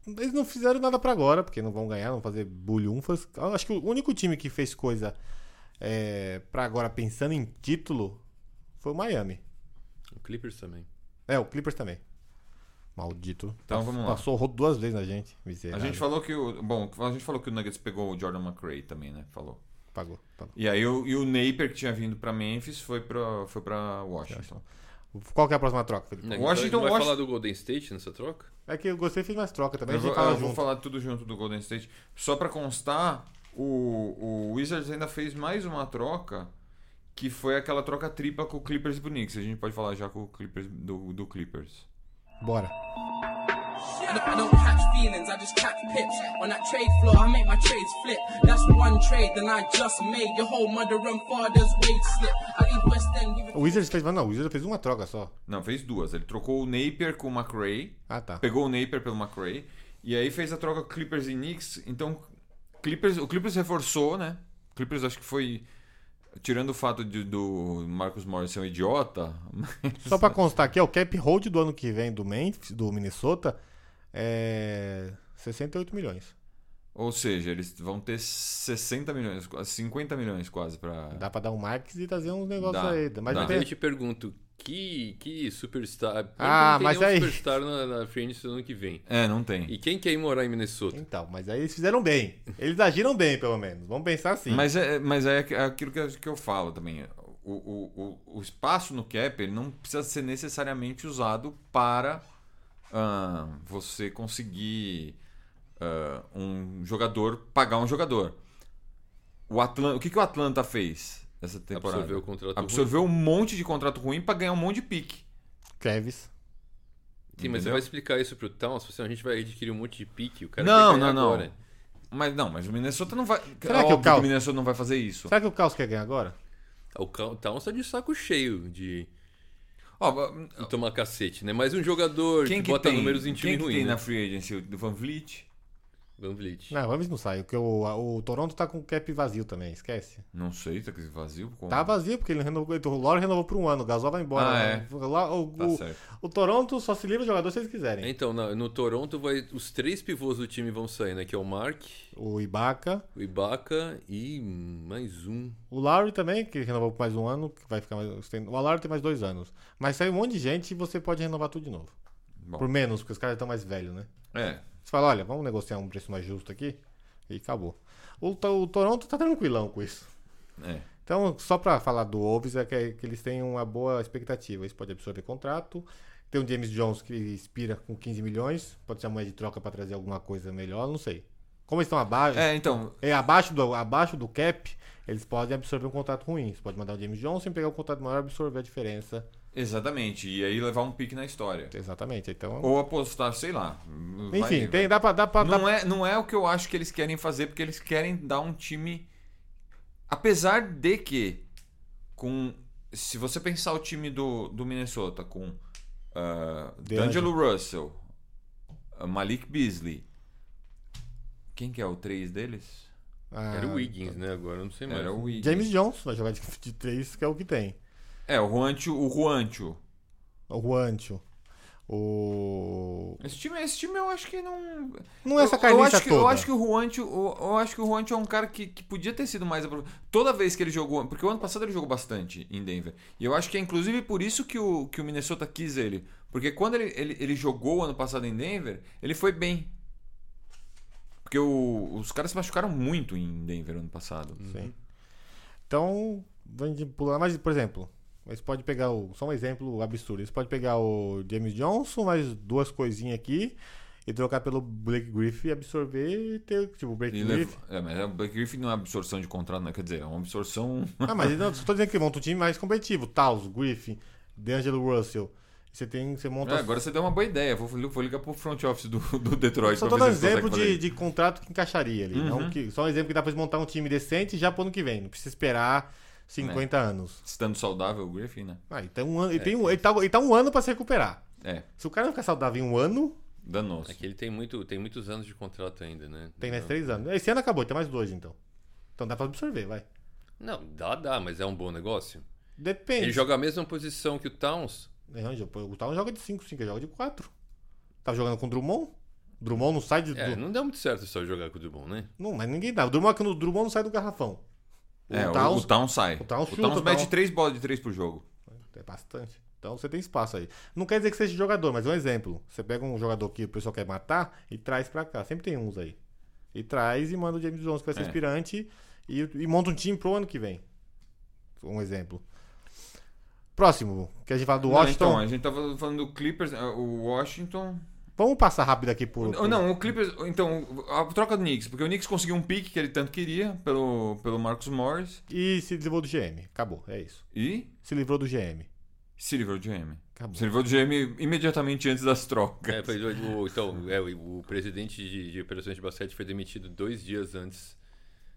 Então Eles não fizeram nada pra agora, porque não vão ganhar, não vão fazer bulhunfas. Eu Acho que o único time que fez coisa é, pra agora pensando em título foi o Miami. O Clippers também. É, o Clippers também. Maldito. Então, vamos lá. Passou rodo duas vezes na gente. A Miserável. gente falou que o. Bom, a gente falou que o Nuggets pegou o Jordan McRae também, né? Falou. Pagou. pagou. E aí o, e o Napier que tinha vindo pra Memphis foi pra, foi pra Washington. Qual que é a próxima troca, Felipe? Não, Washington- então a gente vai Washington- falar do Golden State nessa troca? É que eu gostei e fiz mais troca também. Eu a gente vou, fala eu vou junto. falar tudo junto do Golden State. Só pra constar, o, o Wizards ainda fez mais uma troca que foi aquela troca tripla com o Clippers e com o Knicks. A gente pode falar já com o Clippers do, do Clippers. Bora. I don't, I don't catch feelings, I just catch pips. On that trade floor, I make my trades flip. That's one trade, then I just made your whole mother and father's wage slip. I leave West End, give it O Wizards fez, mas não, o Wizards fez uma troca só. Não, fez duas. Ele trocou o Napier com o McRae. Ah, tá. Pegou o Napier pelo McRae. E aí fez a troca com Clippers e Knicks. Então, Clippers, o Clippers reforçou, né? Clippers acho que foi... Tirando o fato de- do Marcus Morris ser um idiota... Só pra constar aqui, ó, o cap hold do ano que vem do Memphis, do Minnesota, é 68 milhões. Ou seja, eles vão ter 60 milhões, quase 50 milhões quase pra. Dá pra dar um max e trazer uns negócios aí. É. Dá, Mas dá. não Mas Então eu tem... te pergunto, que, que superstar... Primeiro que Ah, não tem mas nenhum aí- superstar na, na frente do ano que vem. É, não tem. E quem quer ir morar em Minnesota? Então, mas aí eles fizeram bem. Eles agiram bem, pelo menos. Vamos pensar assim. Mas é, mas é aqu- aquilo que eu, que eu falo também. O, o, o, o espaço no cap ele não precisa ser necessariamente usado para ah, você conseguir ah, um jogador pagar um jogador. O, Atlan o que, que o Atlanta fez essa temporada? Absorveu o contrato Absorveu um monte de contrato ruim para ganhar um monte de pique. Kevs. Sim, mas você Entendeu? vai explicar isso pro Towns, assim, a gente vai adquirir um monte de pique, o cara Não, quer ganhar não, não. agora. Mas não, mas o Minnesota não vai. Será é que o óbvio Cal- o Minnesota não vai fazer isso? Será que o Caos quer ganhar agora? O Cal- Towns tá de saco cheio de Ó, tomar cacete, né? Mas um jogador quem que, que bota tem, números em time quem que ruim, tem né? na free agency? O Van Vliet? Van Vliet. Não, vamos não sai. Porque o, a- o Toronto tá com o cap vazio também, esquece. Não sei, tá com esse vazio? Como? Tá vazio, porque ele renovou. O Lore renovou por um ano, o Gasol vai embora. Ah, né? O- lá- o, Tá o- certo. o Toronto só se livra de jogador se eles quiserem. Então, na- no Toronto, vai, os três pivôs do time vão sair, né? Que é o Mark, O Ibaka. o Ibaka e mais um. O Lowry também, que renovou por mais um ano, que vai ficar mais. O Lowry tem mais dois anos. Mas sai um monte de gente e você pode renovar tudo de novo. Bom. Por menos, porque os caras estão mais velhos, né? É. Você fala, olha, vamos negociar um preço mais justo aqui. E acabou. O, To- o Toronto tá tranquilão com isso. É. Então, só pra falar do Wolves, é que, que eles têm uma boa expectativa. Eles podem absorver contrato. Tem o James Jones que expira com 15 milhões. Pode ser a moeda de troca pra trazer alguma coisa melhor, não sei. Como eles estão abaixo, É, então. é, abaixo, do, abaixo do cap, eles podem absorver um contrato ruim. Você pode mandar o James Johnson, pegar um contrato maior e absorver a diferença. Exatamente. E aí levar um pique na história. Exatamente. Então. Ou apostar, sei lá. vai- enfim, vai. tem, dá pra. Dá pra dá- Não é, não é o que eu acho que eles querem fazer, porque eles querem dar um time. Apesar de que, com se você pensar o time do, do Minnesota com ah, DeAngelo. D'Angelo Russell, ah, Malik Beasley, quem que é o 3 deles? Ah, Era o Wiggins, né? Agora eu não sei mais. tá. Era o Wiggins. James Johnson vai jogar de, de três, que é o que tem. É, o Juancho, o Juancho. O Juancho. O. Esse time, esse time eu acho que não. Não é essa Eu- eu, carniça acho que, toda. Eu acho que o Juancho, eu, eu acho que o Juancho é um cara que, que podia ter sido mais apro- Toda vez que ele jogou, porque o ano passado ele jogou bastante em Denver. E eu acho que é inclusive por isso que o, que o Minnesota quis ele. Porque quando ele, ele, ele jogou o ano passado em Denver, ele foi bem. Porque o- os caras se machucaram muito em Denver ano passado. Sim. Então, vamos pular. Mas, por exemplo, eles podem pegar o. Só um exemplo absurdo. Eles podem pegar o James Johnson, mais duas coisinhas aqui, e trocar pelo Blake Griffin e absorver e ter, tipo, o Blake E Griffin. levou- é, mas o Blake Griffin não é absorção de contrato, né? Quer dizer, é uma absorção. Ah, mas não, só tô dizendo que monta um time mais competitivo. Taos, Griffin, D'Angelo Russell. Você tem. Você monta. É, agora você deu uma boa ideia. Vou, vou ligar pro front office do, do Detroit. Só pra tô ver dando se eles exemplo conseguem de, fazer de contrato que encaixaria ali. Não que, só um exemplo que dá pra eles montar um time decente já pro ano que vem. Não precisa esperar 50 anos. isso. Estando saudável o Griffin, né? Ah, então um ano, ele, tem um, ele, tá, ele tá um ano pra se recuperar. É, Se o cara não ficar saudável em um ano, danoso. É que ele tem, muito, tem muitos anos de contrato ainda, né? tem mais Então- três anos. Esse ano acabou, tem mais dois então. Então dá pra absorver, vai. Não, dá, dá, mas é um bom negócio. Depende. É, Ele joga a mesma posição que o Towns. Não, o Gustavo joga de 5, 5 joga de 4. Tava jogando com o Drummond. Drummond não sai de. É, do- não deu muito certo só jogar com o Drummond, né? Não, mas ninguém dá. O Drummond, é o Drummond não sai do garrafão. O É, o- Towns- o Town sai. o Towns o chuta, então. Towns o mete Towns- três bolas de três por jogo. É bastante. Então você tem espaço aí. Não quer dizer que seja jogador, mas é um exemplo. Você pega um jogador que o pessoal quer matar e traz pra cá. Sempre tem uns aí. E traz e manda o James Jones, que vai ser É. aspirante, e, e monta um time pro ano que vem. Um exemplo. Próximo, que a gente fala do Não, Washington. então, a gente tava falando do Clippers, ah, o Washington. Vamos passar rápido aqui por. Ou Não, o Clippers. Então, a troca do Knicks, porque o Knicks conseguiu um pique que ele tanto queria pelo, pelo Marcus Morris E se livrou do GM. Acabou, é isso. e Se livrou do GM. se livrou do GM. Acabou. Se livrou do GM imediatamente antes das trocas. É, pois o- o- então, é, o, o presidente de, de operações de basquete foi demitido dois dias antes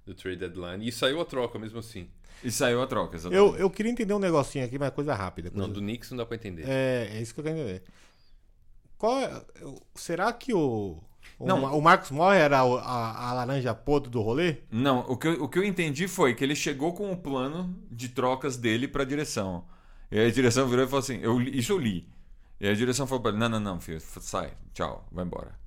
do trade deadline e saiu a troca mesmo assim. E saiu a troca, exatamente. Eu, eu queria entender um negocinho aqui, mas coisa rápida. é Não, coisa- do Knicks não dá pra entender. É, é isso que eu quero entender. Qual é- eu- será que o. O, Não. Ma- o Marcos Morre era o- a, a laranja podre do rolê? Não, o que, eu, o que eu entendi foi que ele chegou com o plano de trocas dele pra direção. E aí a direção virou e falou assim: eu, li- Isso eu li. E aí a direção falou pra ele: Não, não, não, filho, f- sai, tchau, vai embora.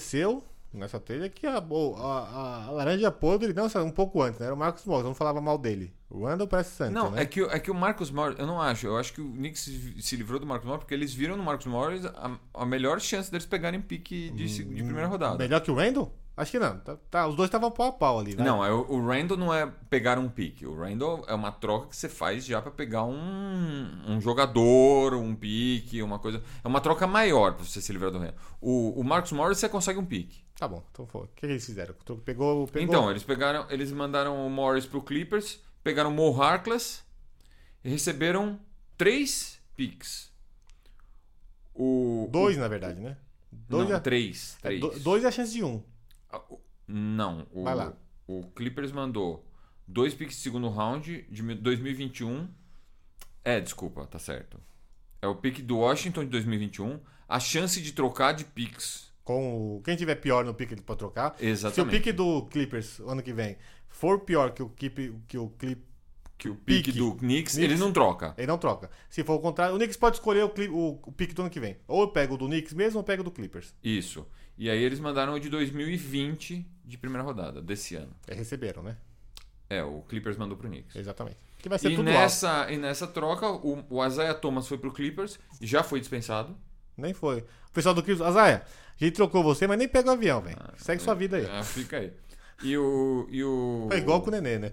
Seu nessa trilha que a, bo- a, a- a laranja podre, não, um pouco antes, né? Era o Marcos Morris, não falava mal dele. O Randall parece Santos, Não, né? é que, o- é que o Marcos Morris, eu não acho. Eu acho que o Knicks se- se livrou do Marcos Morris porque eles viram no Marcos Morris a, a melhor chance deles pegarem pique de, se- de primeira rodada. Melhor que o Randall? Acho que não. Tá, tá, os dois estavam pau a pau ali. vai. Não, é o, o Randall não é pegar um pique. O Randall é uma troca que você faz já pra pegar um, um jogador, um pique, uma coisa. É uma troca maior pra você se livrar do Randall. O, o Marcus Morris você consegue um pique. Tá bom, então foi. O que, que eles fizeram? Pegou, pegou Então, eles pegaram, eles mandaram o Morris pro Clippers, pegaram o Mo Harkless e receberam três piques. O dois, na verdade, né? o, Dois é não, é- três, é, três. do- dois é a chance de um. Ah, o- Não, o, Vai lá. o Clippers mandou dois picks de segundo round de mi- 2021. É, desculpa, tá certo. É o pick do Washington de 2021. A chance de trocar de picks. Com o, quem tiver pior no pique ele pode trocar. Se o Exatamente. pique do Clippers ano que vem for pior que o Clip, que o Clip, que o pick pique. do Knicks, ele não troca. ele não troca. Se for o contrário, o Knicks pode escolher o, Clip, o, o pique do ano que vem. Ou eu pego o do Knicks mesmo ou eu pego o do Clippers. Isso. E aí eles mandaram o de 2020 de primeira rodada, desse ano. É, receberam, né? É, o Clippers mandou pro Knicks. Exatamente. Que vai ser E tudo nessa, e nessa troca, o, o Isaiah Thomas foi pro Clippers, já foi dispensado. alto. Nem foi. O pessoal do Clippers, Azaia, a gente trocou você, mas nem pega o avião, velho. Segue sua vida aí. Ah, fica aí. E o. E o Foi É. igual com o Nenê, né?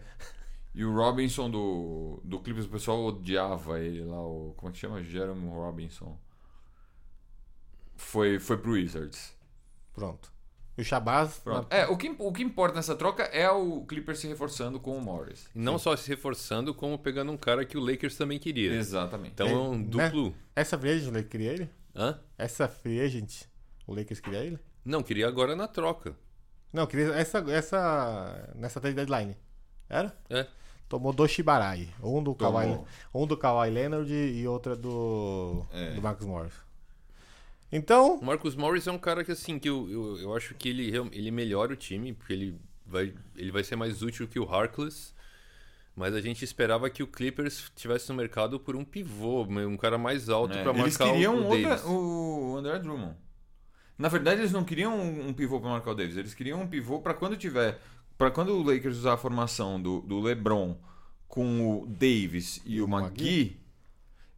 E o Robinson do, do Clippers, o pessoal odiava ele lá, o. Como é que chama? Jeremy Robinson. Foi, foi pro Wizards. Pronto. E o Shabazz... Pronto. É, o que, im- o que importa nessa troca é o Clippers se reforçando com o Morris. E não só se reforçando, como pegando um cara que o Lakers também queria. Exatamente. Então é um Né? duplo. Essa free agent, o Lakers queria ele? Hã? Essa free agent, o Lakers queria ele? Não, queria agora na troca. Não, queria essa, essa. Nessa trade deadline. Era? É. Tomou dois Shibarai. Um do Tomou. Kawhi, um do Kawhi Leonard e outra do. É. Do Marcus Morris. Então. O Marcus Morris é um cara que, assim, que eu, eu, eu acho que ele, real- ele melhora o time, porque ele vai, ele vai ser mais útil que o Harkless. Mas a gente esperava que o Clippers tivesse no mercado por um pivô, um cara mais alto É, pra marcar eles queriam um- o, o outra- Davis. o André Drummond. Na verdade, eles não queriam um, um pivô pra marcar o Davis. Eles queriam um pivô pra quando tiver. Pra quando o Lakers usar a formação do, do LeBron com o Davis e o McGee,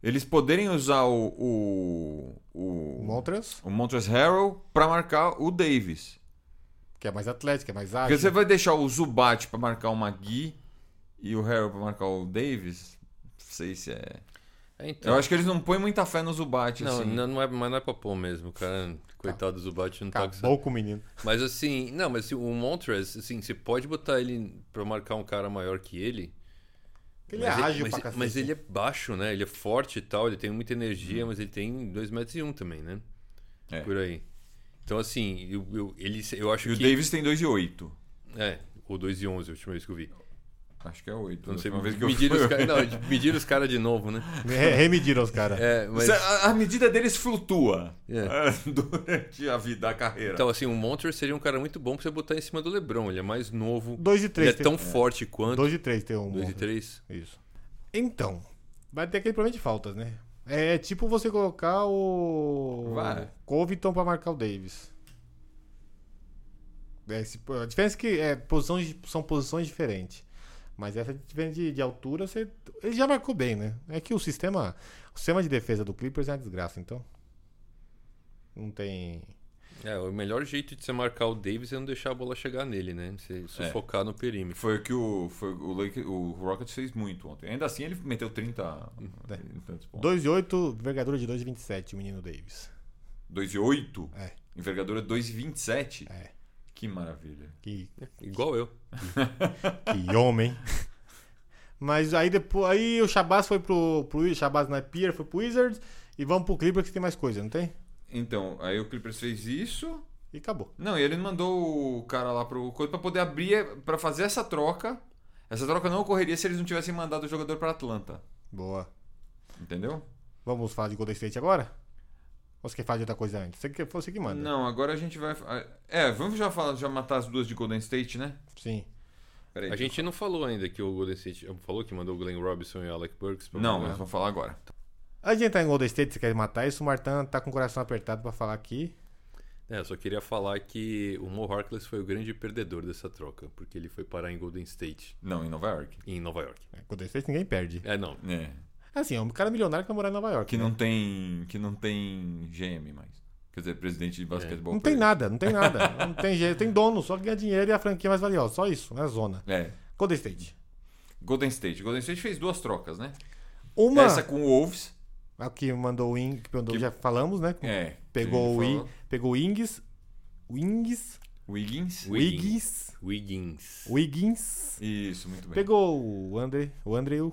eles poderem usar o. O, o, Montres, o Montrezl Harrell pra marcar o Davis. que é mais atlético, é mais Porque ágil. você vai deixar o Zubat pra marcar o McGee e o Harrell pra marcar o Davis? Não sei se é. É, então. Eu acho que eles não põem muita fé no Zubat, Não, assim. não, não é, mas não é pra pôr mesmo, cara. Coitado do Zubat, não tá com essa- Acabou com o menino. Mas assim, não, mas assim, o Montrez, assim, você pode botar ele pra marcar um cara maior que ele. Ele mas é ágil mas, pra cacete. Uhum. Mas ele é baixo, né? Ele é forte e tal, ele tem muita energia, mas ele tem 2 metros e um também, né? É. Por aí. Então, assim, eu, eu, ele, eu acho E o que. Davis tem 2 de 8. É, ou 2 e 11, a última vez que eu vi. Acho que é 8. Não sei, mediram os caras. é, Não, mediram os caras de novo, né? Re- Remediram os caras. É, mas. A, a medida deles flutua É. eh, durante a vida, a carreira. Então, assim, o Montrez seria um cara muito bom pra você botar em cima do Lebron. Ele é mais novo. 2 e 3. Ele é tão forte quanto. 2 e 3 tem um. 2 e Montres. 3. Isso. Então. Vai ter aquele problema de faltas, né? É tipo você colocar o. Vara. Covington pra marcar o Davis. É, se- a diferença é que é, posições, são posições diferentes. Mas essa diferença de, de altura, você, ele já marcou bem, né? É que o sistema. O sistema de defesa do Clippers é uma desgraça, então. Não tem. É, o melhor jeito de você marcar o Davis é não deixar a bola chegar nele, né? É. Você sufocar no perímetro. Foi o que o, foi o, Lake, o Rockets fez muito ontem. Ainda assim, ele meteu 30 É. e tantos pontos. 2 e 8, envergadura de 2 e 27, o menino Davis. 2 e 8. É. Envergadura 2 e 27. É. Que maravilha. Que Igual eu. Que homem. Mas aí depois. Aí o Shabazz foi pro. pro o Shabazz na Pier foi pro Wizards. E vamos pro Clippers que tem mais coisa, não tem? Então, aí o Clippers fez isso. E acabou. Não, e ele mandou o cara lá pro coisa pra poder abrir, é, pra fazer essa troca. Essa troca não ocorreria se eles não tivessem mandado o jogador pra Atlanta. Boa. Entendeu? Vamos falar de Golden State agora? Ou você quer falar de outra coisa antes? Você que, você que manda. Não, agora a gente vai. É, vamos já, falar, já matar as duas de Golden State, né? Sim. Peraí. A gente não falou ainda que o Golden State falou que mandou o Glenn Robinson e o Alec Burks pra Não, jogar. mas vamos falar agora. Antes de entrar em Golden State, você quer matar isso? O Martin tá com o coração apertado pra falar aqui. É, eu só queria falar que o Mo Harkless foi o grande perdedor dessa troca, porque ele foi parar em Golden State, Não, em Nova York. em Nova York. É, Golden State ninguém perde. É, não. É. Assim, é um cara milionário que vai morar em Nova York. Que né? não tem. Que não tem GM mais. Quer dizer, presidente É. de basquetebol. Não pra tem ele. nada, não tem nada. não tem jeito, tem dono, só que ganha dinheiro e a franquia é mais valiosa. Só isso, né? Zona. É. Golden State. Golden State. Golden State fez duas trocas, né? Uma. Essa com o Wolves. A Ah, que mandou o Ing, que mandou, Que- já falamos, né? É. Pegou o Sim, I, falou. pegou o Ings, Wings, Wiggins. Wiggins, Wiggins. Wiggins. Isso, muito bem. Pegou o Andre, o Andrew.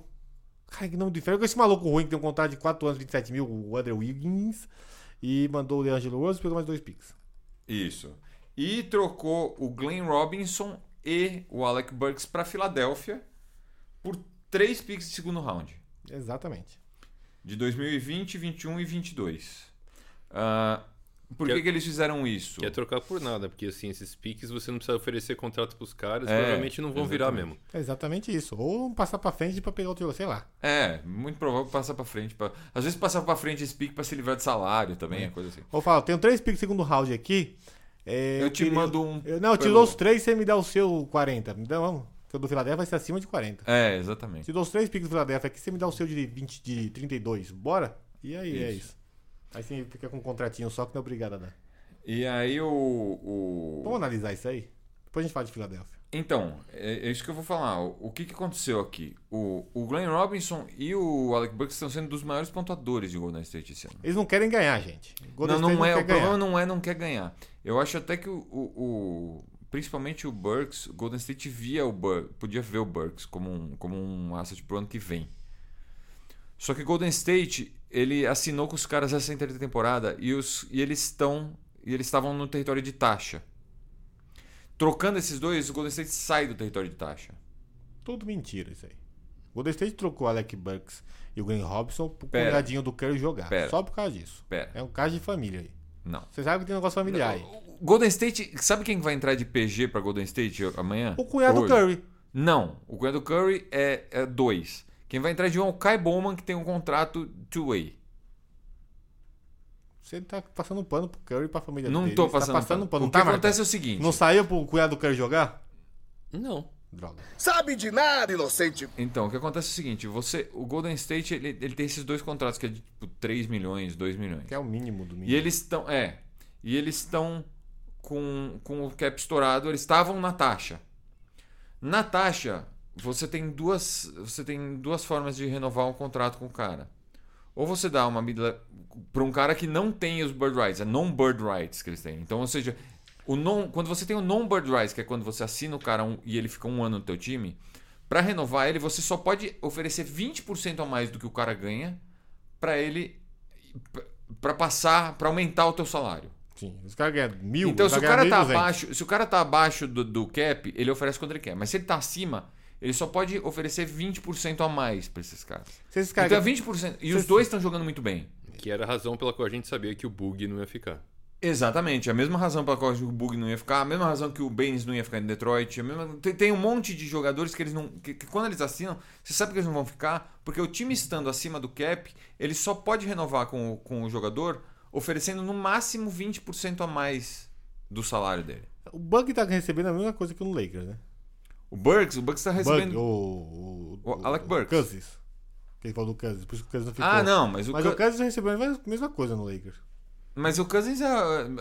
Cara, que nome diferente. Com esse maluco ruim que tem um contrato de 4 anos, 27 mil, o Andrew Wiggins. E mandou o DeAngelo Rose e pegou mais dois picks. Isso. E trocou o Glenn Robinson e o Alec Burks pra Filadélfia por três picks de segundo round. Exatamente. De 2020, 21 e 22. Ah, por que, Que- que é eles fizeram isso? Quer trocar por nada, porque assim, esses piques você não precisa oferecer contrato pros caras, É, provavelmente não vão virar exatamente. mesmo. É exatamente isso. Ou passar pra frente pra pegar outro jogo, sei lá. É, muito provável passar pra frente. pra- Às vezes passar pra frente esse pick pra se livrar de salário também, é. coisa assim. Ou fala, tenho três picks segundo round aqui. É, Eu te mando um Eu, não, eu te pelo- dou os três e você me dá o seu 40. Me dá, vamos. Porque o do Philadelphia vai ser acima de 40. É, exatamente. Te dou os três picks do Philadelphia aqui, você me dá o seu de 20, de 32. Bora? E aí, é isso. Aí você fica com um contratinho só que não é obrigado a dar. E aí o. o- Vamos analisar isso aí? Depois a gente fala de Filadélfia. Então, é, é isso que eu vou falar. O, o que, que aconteceu aqui? O, o Glenn Robinson e o Alec Burks estão sendo dos maiores pontuadores de Golden State esse ano. Eles não querem ganhar, gente. Golden não, não, State é. quer O ganhar. problema não é não quer ganhar. Eu acho até que o, o- o- principalmente o Burks, o Golden State via o Bur, podia ver o Burks como um como um asset pro ano que vem. Só que Golden State ele assinou com os caras essa intertemporada e os e eles estão e eles estavam no território de taxa. Trocando esses dois, o Golden State sai do território de taxa. Tudo mentira isso aí. Golden State trocou o Alec Burks e o Glenn Robson pro Pera. cunhadinho do Curry jogar. Pera. Só por causa disso. Pera. É um caso de família aí. Não. Você sabe que tem negócio familiar aí. O Golden State, sabe quem vai entrar de PG pra Golden State amanhã? O cunhado do Hoje? Curry. Não, o Gwen do Curry é, é dois. Quem vai entrar de um é o Kai Bowman, que tem um contrato two-way. Você tá passando pano pro Curry e pra família Não dele. tô Você passando tá passando pano. O Não que tá, Marta? acontece é o seguinte. Não saiu pro cunhado do Curry jogar? Não. Droga. Sabe de nada, inocente. Então, o que acontece é o seguinte. Você, o Golden State, ele, ele tem esses dois contratos, que é de tipo 3 milhões, 2 milhões. Que é o mínimo do mínimo. E eles estão... É. E eles estão com, com o cap estourado. Eles estavam na taxa. Na taxa, você tem duas, você tem duas formas de renovar um contrato com o cara. Ou você dá uma medida para um cara que não tem os bird rights, é non-bird rights que eles têm. Então, ou seja, o non, quando você tem o non-bird rights, que é quando você assina o cara um- e ele fica um ano no teu time, para renovar ele, você só pode oferecer 20% a mais do que o cara ganha para ele para passar, para aumentar o teu salário. Sim, os caras ganham mil. Então, os se o caras cara tá ganham 1.200. abaixo, se o cara tá abaixo do, do cap, ele oferece quanto ele quer. Mas se ele tá acima, ele só pode oferecer 20% a mais pra esses caras. Se esses caras Então é ganham- 20%. E os dois estão jogando muito bem. Que era a razão pela qual a gente sabia que o Bug não ia ficar. Exatamente, a mesma razão pela qual o Bug não ia ficar, a mesma razão que o Baines não ia ficar em Detroit, a mesma- tem, tem um monte de jogadores que eles não. Que, que quando eles assinam, você sabe que eles não vão ficar, porque o time estando acima do cap, ele só pode renovar com, o- com o jogador oferecendo no máximo 20% a mais do salário dele. O Bug tá recebendo a mesma coisa que no Lakers, né? O Burks, o Burks tá Bug, recebendo. o, o, O Alec Burks. Cousins. Que ele falou do Cousins, por isso que o Cousins não ficou. ah, não, mas o, Mas Cous- o Cousins recebeu a mesma- mesma coisa no Lakers. Mas o Cousins, é,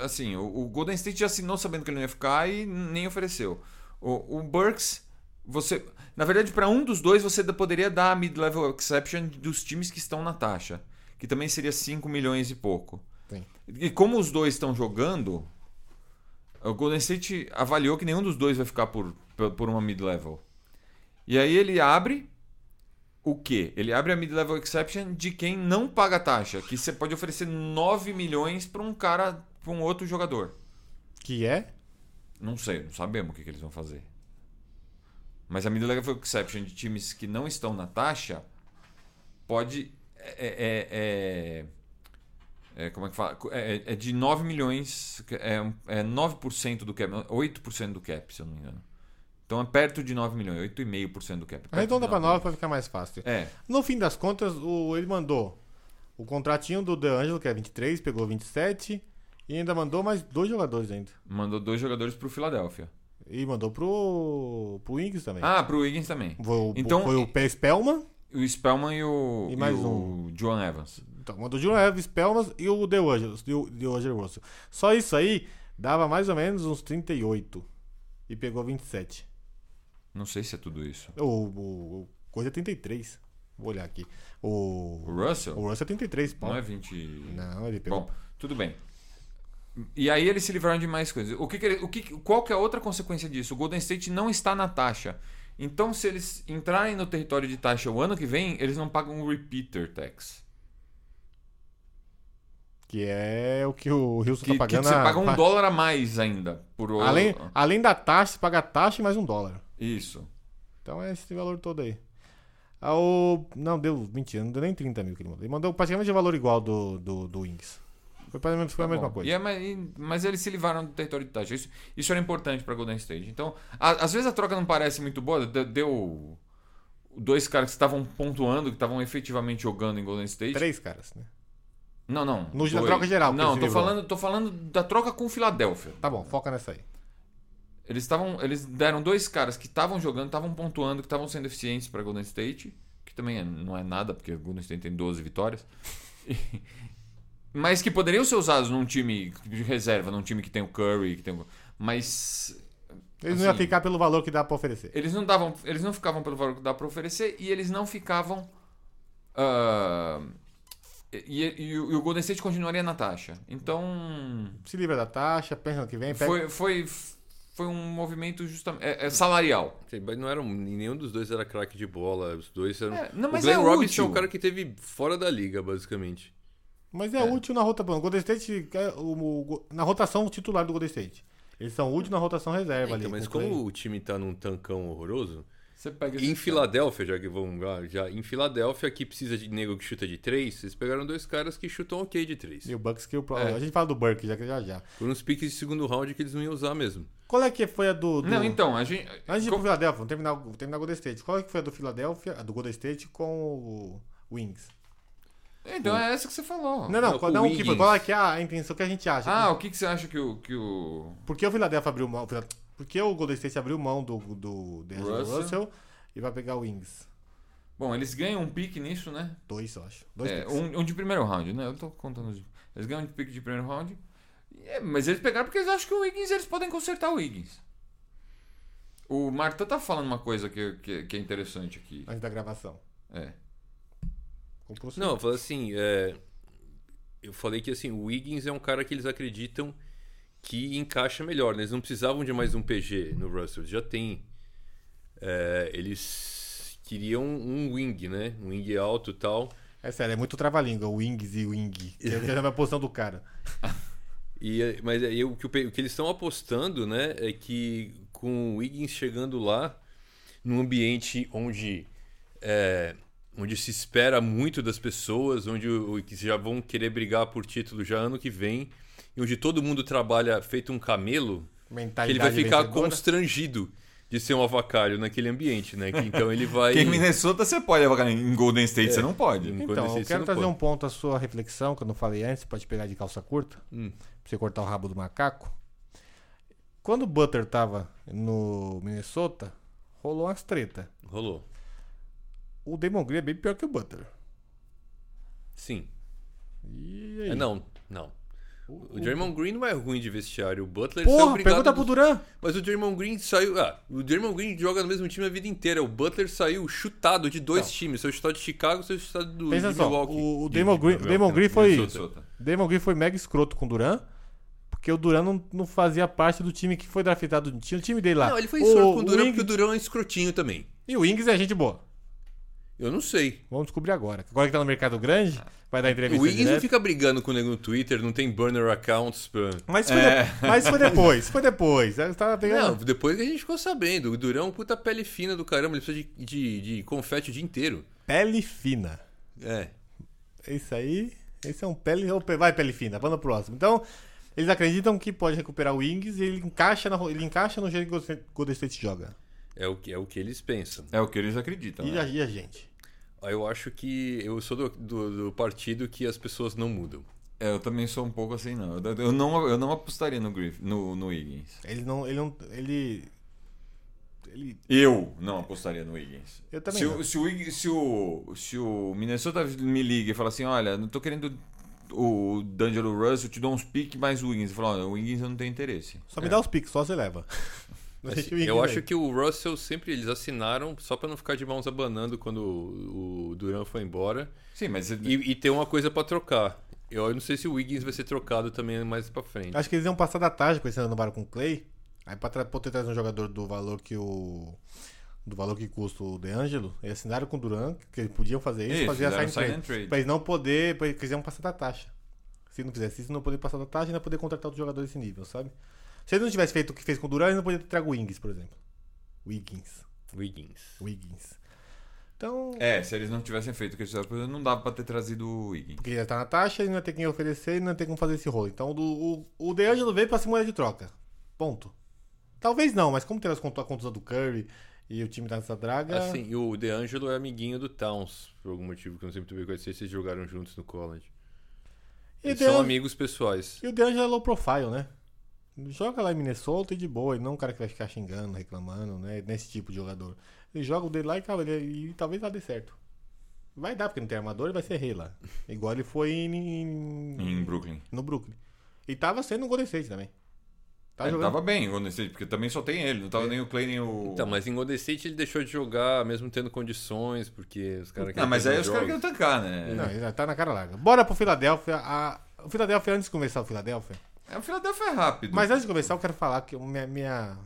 assim, o o Golden State já assinou sabendo que ele não ia ficar e nem ofereceu. O, o Burks, você. Na verdade, para um dos dois, você poderia dar a mid-level exception dos times que estão na taxa, que também seria 5 milhões e pouco. Sim. E como os dois estão jogando, o Golden State avaliou que nenhum dos dois vai ficar por, por- por uma mid-level. E aí ele abre o quê? Ele abre a mid-level exception de quem não paga taxa, que você pode oferecer 9 milhões para um cara, para um outro jogador. Que é? Não sei, não sabemos o que, que eles vão fazer. Mas a mid-level exception de times que não estão na taxa pode. É, é- é- é- como é que fala? É, é- é de 9 milhões, é, um- é 9% do cap, 8% do cap, se eu não me engano. Então é perto de 9 milhões, 8,5% do cap. perto de Arredonda então pra 9 nova pra ficar mais fácil. milhões. É, No fim das contas, o, ele mandou o contratinho do DeAngelo, que é 23, pegou 27, e ainda mandou mais dois jogadores ainda. Mandou dois jogadores pro Filadélfia. E mandou pro, pro Wings também. Ah, pro Wiggins também. É. Foi, o- então- foi o Pe- Spellman, O Spellman e o, E mais um. e o Joan Evans. então, mandou o Julian Evans, Spellman e o DeAngelo, e o DeAngelo Russell. Só isso aí dava mais ou menos uns 38. E pegou 27. Não sei se é tudo isso. O, o, o coisa é 33. Vou olhar aqui. O O, Russell? o Russell é 33, pau. não é 20. Não, ele pegou. Bom, tudo bem. E aí eles se livraram de mais coisas. O que que ele- o que, qual que é a outra consequência disso? O Golden State não está na taxa. Então, se eles entrarem no território de taxa o ano que vem, eles não pagam o repeater tax. Que é o que o Houston Que, tá que pagando. você a- paga um pa- dólar a mais ainda. Por o- Além, além da taxa, você paga a taxa e mais um dólar. Isso. Então é esse valor todo aí. Ah, o... Não, deu 20 não deu nem 30 mil que ele mandou. Ele mandou praticamente o valor igual do, do, do Wings. Foi, pra- foi a mesma Bom, coisa. e é, mas, e- mas eles se livraram do território de taxa. Isso, isso era importante para Golden State. Então, a- às vezes a troca não parece muito boa. de- Deu dois caras que estavam pontuando, que estavam efetivamente jogando em Golden State. Três caras, né? Não, não. No- na dois. troca geral que Não, eles tô livrou. falando, tô falando da troca com o Filadélfia. Tá bom, foca nessa aí. Eles estavam, eles deram dois caras que estavam jogando, estavam pontuando, que estavam sendo eficientes para Golden State, que também é- não é nada, porque Golden State tem 12 vitórias. E- mas que poderiam ser usados num time de reserva, num time que tem o Curry, que tem o... mas Eles não iam Assim, ficar pelo valor que dá pra oferecer. eles não davam, eles não ficavam pelo valor que dá para oferecer e eles não ficavam ah, e, e- e o e o Golden State continuaria na taxa. Então Se livra da taxa, pensa no que vem, pega. foi, foi, foi um movimento justamente é, é salarial. Sim, mas não eram, nenhum dos dois era craque de bola. Os dois eram. É, não, o mas Glenn é Robinson é útil. o cara que teve fora da liga, basicamente. Mas é, útil na rotação. O Golden State, é o- o go- na rotação titular do Golden State. Eles são úteis na rotação reserva ali. Então, mas com o Clay. como o time tá num tancão horroroso, Você pega em esses Filadélfia, já que vamos lá, já em Filadélfia que precisa de nego que chuta de três, vocês pegaram dois caras que chutam ok de três. E o Bucks que o pro- É. A gente fala do Burke já que já já. Por uns piques de segundo round que eles não iam usar mesmo. Qual é que foi a do. do- Não, então, a gente. Antes de ir co- pro Philadelphia, vamos terminar, o- terminar o Golden State. Qual é que foi a do Philadelphia, a do Golden State com o Wings? Então é essa que você falou. Não, não, Não, qual, com não o o que foi, Wiggins. qual é que é a intenção que a gente acha? Ah, o que, que você acha que o. Que o... Por que o Philadelphia abriu mão? Por que o Golden State abriu mão do, do, do Russell. Russell. e vai pegar o Wings? Bom, eles ganham um pique nisso, né? Dois, eu acho. Dois É, picks. um, um de primeiro round, né? Eu tô contando. os- Eles ganham um pique de primeiro round. É, mas eles pegaram porque eles acham que o Wiggins eles podem consertar o Wiggins. O Marta tá falando uma coisa que, que, que é interessante aqui. Antes da gravação. É. Comprou o Não, eu falei assim, é, eu falei que assim, o Wiggins é um cara que eles acreditam que encaixa melhor. Né? Eles não precisavam de mais um PG no Russell, já tem. É, eles queriam um wing, né? Um wing alto e tal. É sério, é muito trava-língua, o Wings e o Wing. Que eu já sabe a posição do cara. E, é, mas aí o, que o pe- o que eles estão apostando, né, é que com o Wiggins chegando lá, num ambiente onde é, onde se espera muito das pessoas, onde o, que já vão querer brigar por título já ano que vem, e onde todo mundo trabalha feito um camelo, que Mentalidade ele vai ficar vencedora. constrangido de ser um avacalho naquele ambiente, né? Que, então ele vai. Porque em Minnesota você pode avacar, em Golden State você não pode. Enquanto Então, esse- eu você quero não trazer pode. um ponto à sua reflexão, que eu não falei antes, pra te pegar de calça curta, Hum. pra você cortar o rabo do macaco. Quando o Butter tava no Minnesota, rolou umas treta. Rolou. O Damon Green é bem pior que o Butter. Sim. E aí? É, não, não. O Draymond Green não é ruim de vestiário. O Butler saiu Porra, obrigado pergunta do- pro Duran. Mas o Draymond Green saiu. Ah, o Draymond Green joga no mesmo time a vida inteira. O Butler saiu chutado de dois times. Seu chutado de Chicago, seu chutado do Então. Pensa de só, Milwaukee. o, o Damon Green, o Damon Green foi, Minnesota. Damon Green foi mega escroto com o Duran, porque o Duran não, não fazia parte do time que foi draftado, tinha Ah, o time dele lá. Não, ele foi escroto com o Durão Wings- porque o Durão é escrotinho também. E o Wings é gente boa. Eu não sei. Vamos descobrir agora. Agora que tá no mercado grande, vai dar O entrevista Wiggins não direto. fica brigando com o nego no Twitter, não tem burner accounts pra. Mas foi, de- mas foi depois, foi depois. Você tava Não, É. Tá pegando... depois que a gente ficou sabendo. O Durão é um puta pele fina do caramba, ele precisa de, de, de confete o dia inteiro. Pele fina. É. Isso aí. Esse é um pele. ou pe- Vai, pele fina, vamos pro próximo. Então, eles acreditam que pode recuperar o Wings e ele encaixa, na... ro- ele encaixa no jeito que o Golden- Golden State joga. É o, que, é o que eles pensam. É o que eles acreditam. E né? a, e a gente? Eu acho que. Eu sou do, do- do partido que as pessoas não mudam. É, eu também sou um pouco assim, não. Eu, eu não, eu não apostaria no, Griff, no, no Wiggins. Ele não. Ele não. Ele. ele- Eu não apostaria no Wiggins. Eu também né? Se, não. o, se, o, Wiggins- se, o, se o Minnesota me liga e fala assim: olha, não tô querendo o D'Angelo Russell, eu te dou uns piques mais o Wiggins. Eu falo: olha, o Wiggins eu não tenho interesse. Só me dá os piques, só você leva. Não deixa o Wings Eu acho aí. que o Russell sempre. Eles assinaram só pra não ficar de mãos abanando quando o, o Durão foi embora. Sim, mas. E, e tem uma coisa pra trocar. Eu não sei se o Wiggins vai ser trocado também mais pra frente. Acho que eles iam passar da tarde com esse ano no com o Clay. Aí pra tra- poder trazer um jogador do valor que o. Do valor que custa o DeAngelo, eles assinaram com o Duran, que eles podiam fazer isso, Isso, fazer a sign fizeram um trade. sign and trade. Pra eles não poder. Pra eles iam passar da taxa. Se não fizesse isso, não poder passar da taxa e não poder contratar outro jogador desse nível, sabe? Se eles não tivessem feito o que fez com o Duran, eles não poderiam ter trago o Wings, por exemplo. Wiggins. Wiggins. Wiggins. Então. É, se eles não tivessem feito o que eles fizeram, não dava pra ter trazido o Wiggins. Porque já tá na taxa, ele não ia ter quem oferecer, ele não ia ter como fazer esse rolo. Então o, o, o DeAngelo veio pra ser moeda de troca. Ponto. Talvez não, mas como teve as contu- a contusão do Curry e o time tá nessa draga. Assim, e o DeAngelo é amiguinho do Towns, por algum motivo que eu não sei muito bem qual é. Não sei se eles jogaram juntos no college. e, um- o Eles DeAngelo- são amigos pessoais. e o DeAngelo é low profile, né? Joga lá em Minnesota e de boa, ele não é um cara que vai ficar xingando, reclamando, né? Nesse tipo de jogador. Ele joga o dele lá e, cara, ele- e talvez lá dê certo. Vai dar, porque não tem armador, ele vai ser rei lá. Igual ele foi em, em- Em Brooklyn. no Brooklyn. E tava sendo um Golden State também. Tá É, jogando É. tava bem o Golden State, porque também só tem ele, não tava nem o Clay nem o. Então, mas em Golden State ele deixou de jogar, mesmo tendo condições, porque os caras Ah, querem mas fazer aí os caras jogos. queriam tancar, né? Não, já tá na cara larga. Bora pro Filadélfia. A... O Filadélfia, antes de começar o Filadélfia. É, o Philadelphia é rápido. Mas antes de começar, eu quero falar que minha. minha...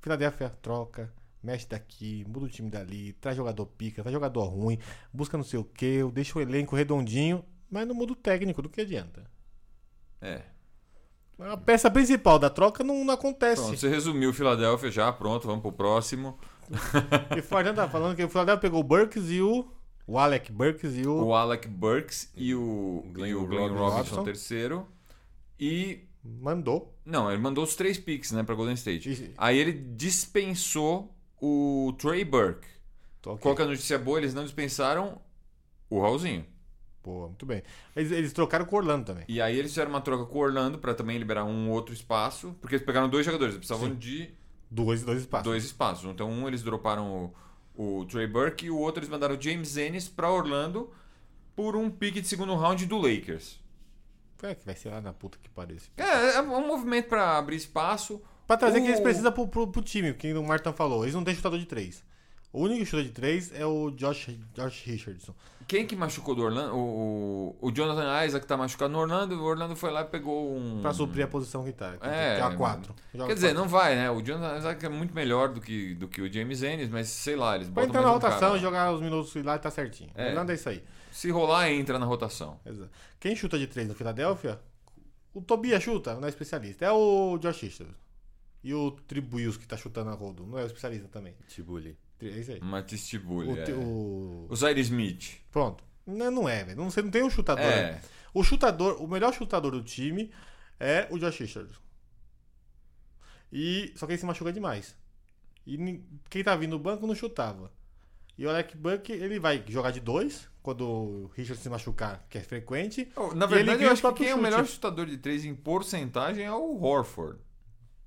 Filadélfia troca, mexe daqui, muda o time dali, traz jogador pica, traz jogador ruim, busca não sei o que, deixa o elenco redondinho, mas não muda o técnico, do que adianta? É. A peça principal da troca não, não acontece. Pronto, você resumiu o Philadelphia já, pronto, vamos pro próximo. E o Fernando tá falando que o Filadélfia pegou o Burks e o. O Alec Burks e o. O Alec Burks e o Glenn- e o Glenn Glenn Robinson. Robinson, terceiro. E. Mandou. Não, ele mandou os três picks, né, pra Golden Isso. State. Aí ele dispensou o Trey Burke. Tô ok. Qual que é a notícia boa? Eles não dispensaram o Raulzinho. Pô, muito bem. Eles, eles trocaram com o Orlando também. E aí eles fizeram uma troca com o Orlando pra também liberar um outro espaço. Porque eles pegaram dois jogadores, eles precisavam de Dois, dois espaços. dois espaços. Então, um eles droparam o, o Trey Burke e o outro eles mandaram o James Ennis pra Orlando por um pique de segundo round do Lakers. É, que vai ser lá na puta que pariu esse É, é um movimento pra abrir espaço. Pra trazer que eles O- precisam pro, pro, pro time, que o Martin falou. Eles não têm chutador de três. O único chutador de três é o Josh, Josh Richardson. Quem que machucou do Orlando? O, o, o Jonathan Isaac tá machucado no Orlando. O Orlando foi lá e pegou um. Pra suprir a posição que tá. que É, é a 4. Quer dizer, não vai, né? O Jonathan Isaac é muito melhor do que, do que o James Ennis, mas sei lá, eles Pra botam entrar mais na um cara rotação, lá. jogar os minutos lá e tá certinho. É. Nada é isso aí. Se rolar, entra na rotação. Exato. Quem chuta de três no Filadélfia, o Tobias chuta, não é especialista. É o Josh Richardson. E o Tribuils que tá chutando a rodo. Não é especialista também. Tibuli. É isso aí. Matisse O, Tibulli, te- é. o... o- Zaire Smith. Pronto. Não não é, velho. Não- Você não tem um chutador. É. né? O chutador, o melhor chutador do time é o Josh Richards. E, só que ele se machuca demais. E nin- quem tá vindo no banco não chutava. E o Alec Buck, ele vai jogar de dois, quando o Richard se machucar, que é frequente. Oh, Na E ele verdade, ganha eu o acho que próprio quem é o chute. melhor chutador de três em porcentagem é o Horford.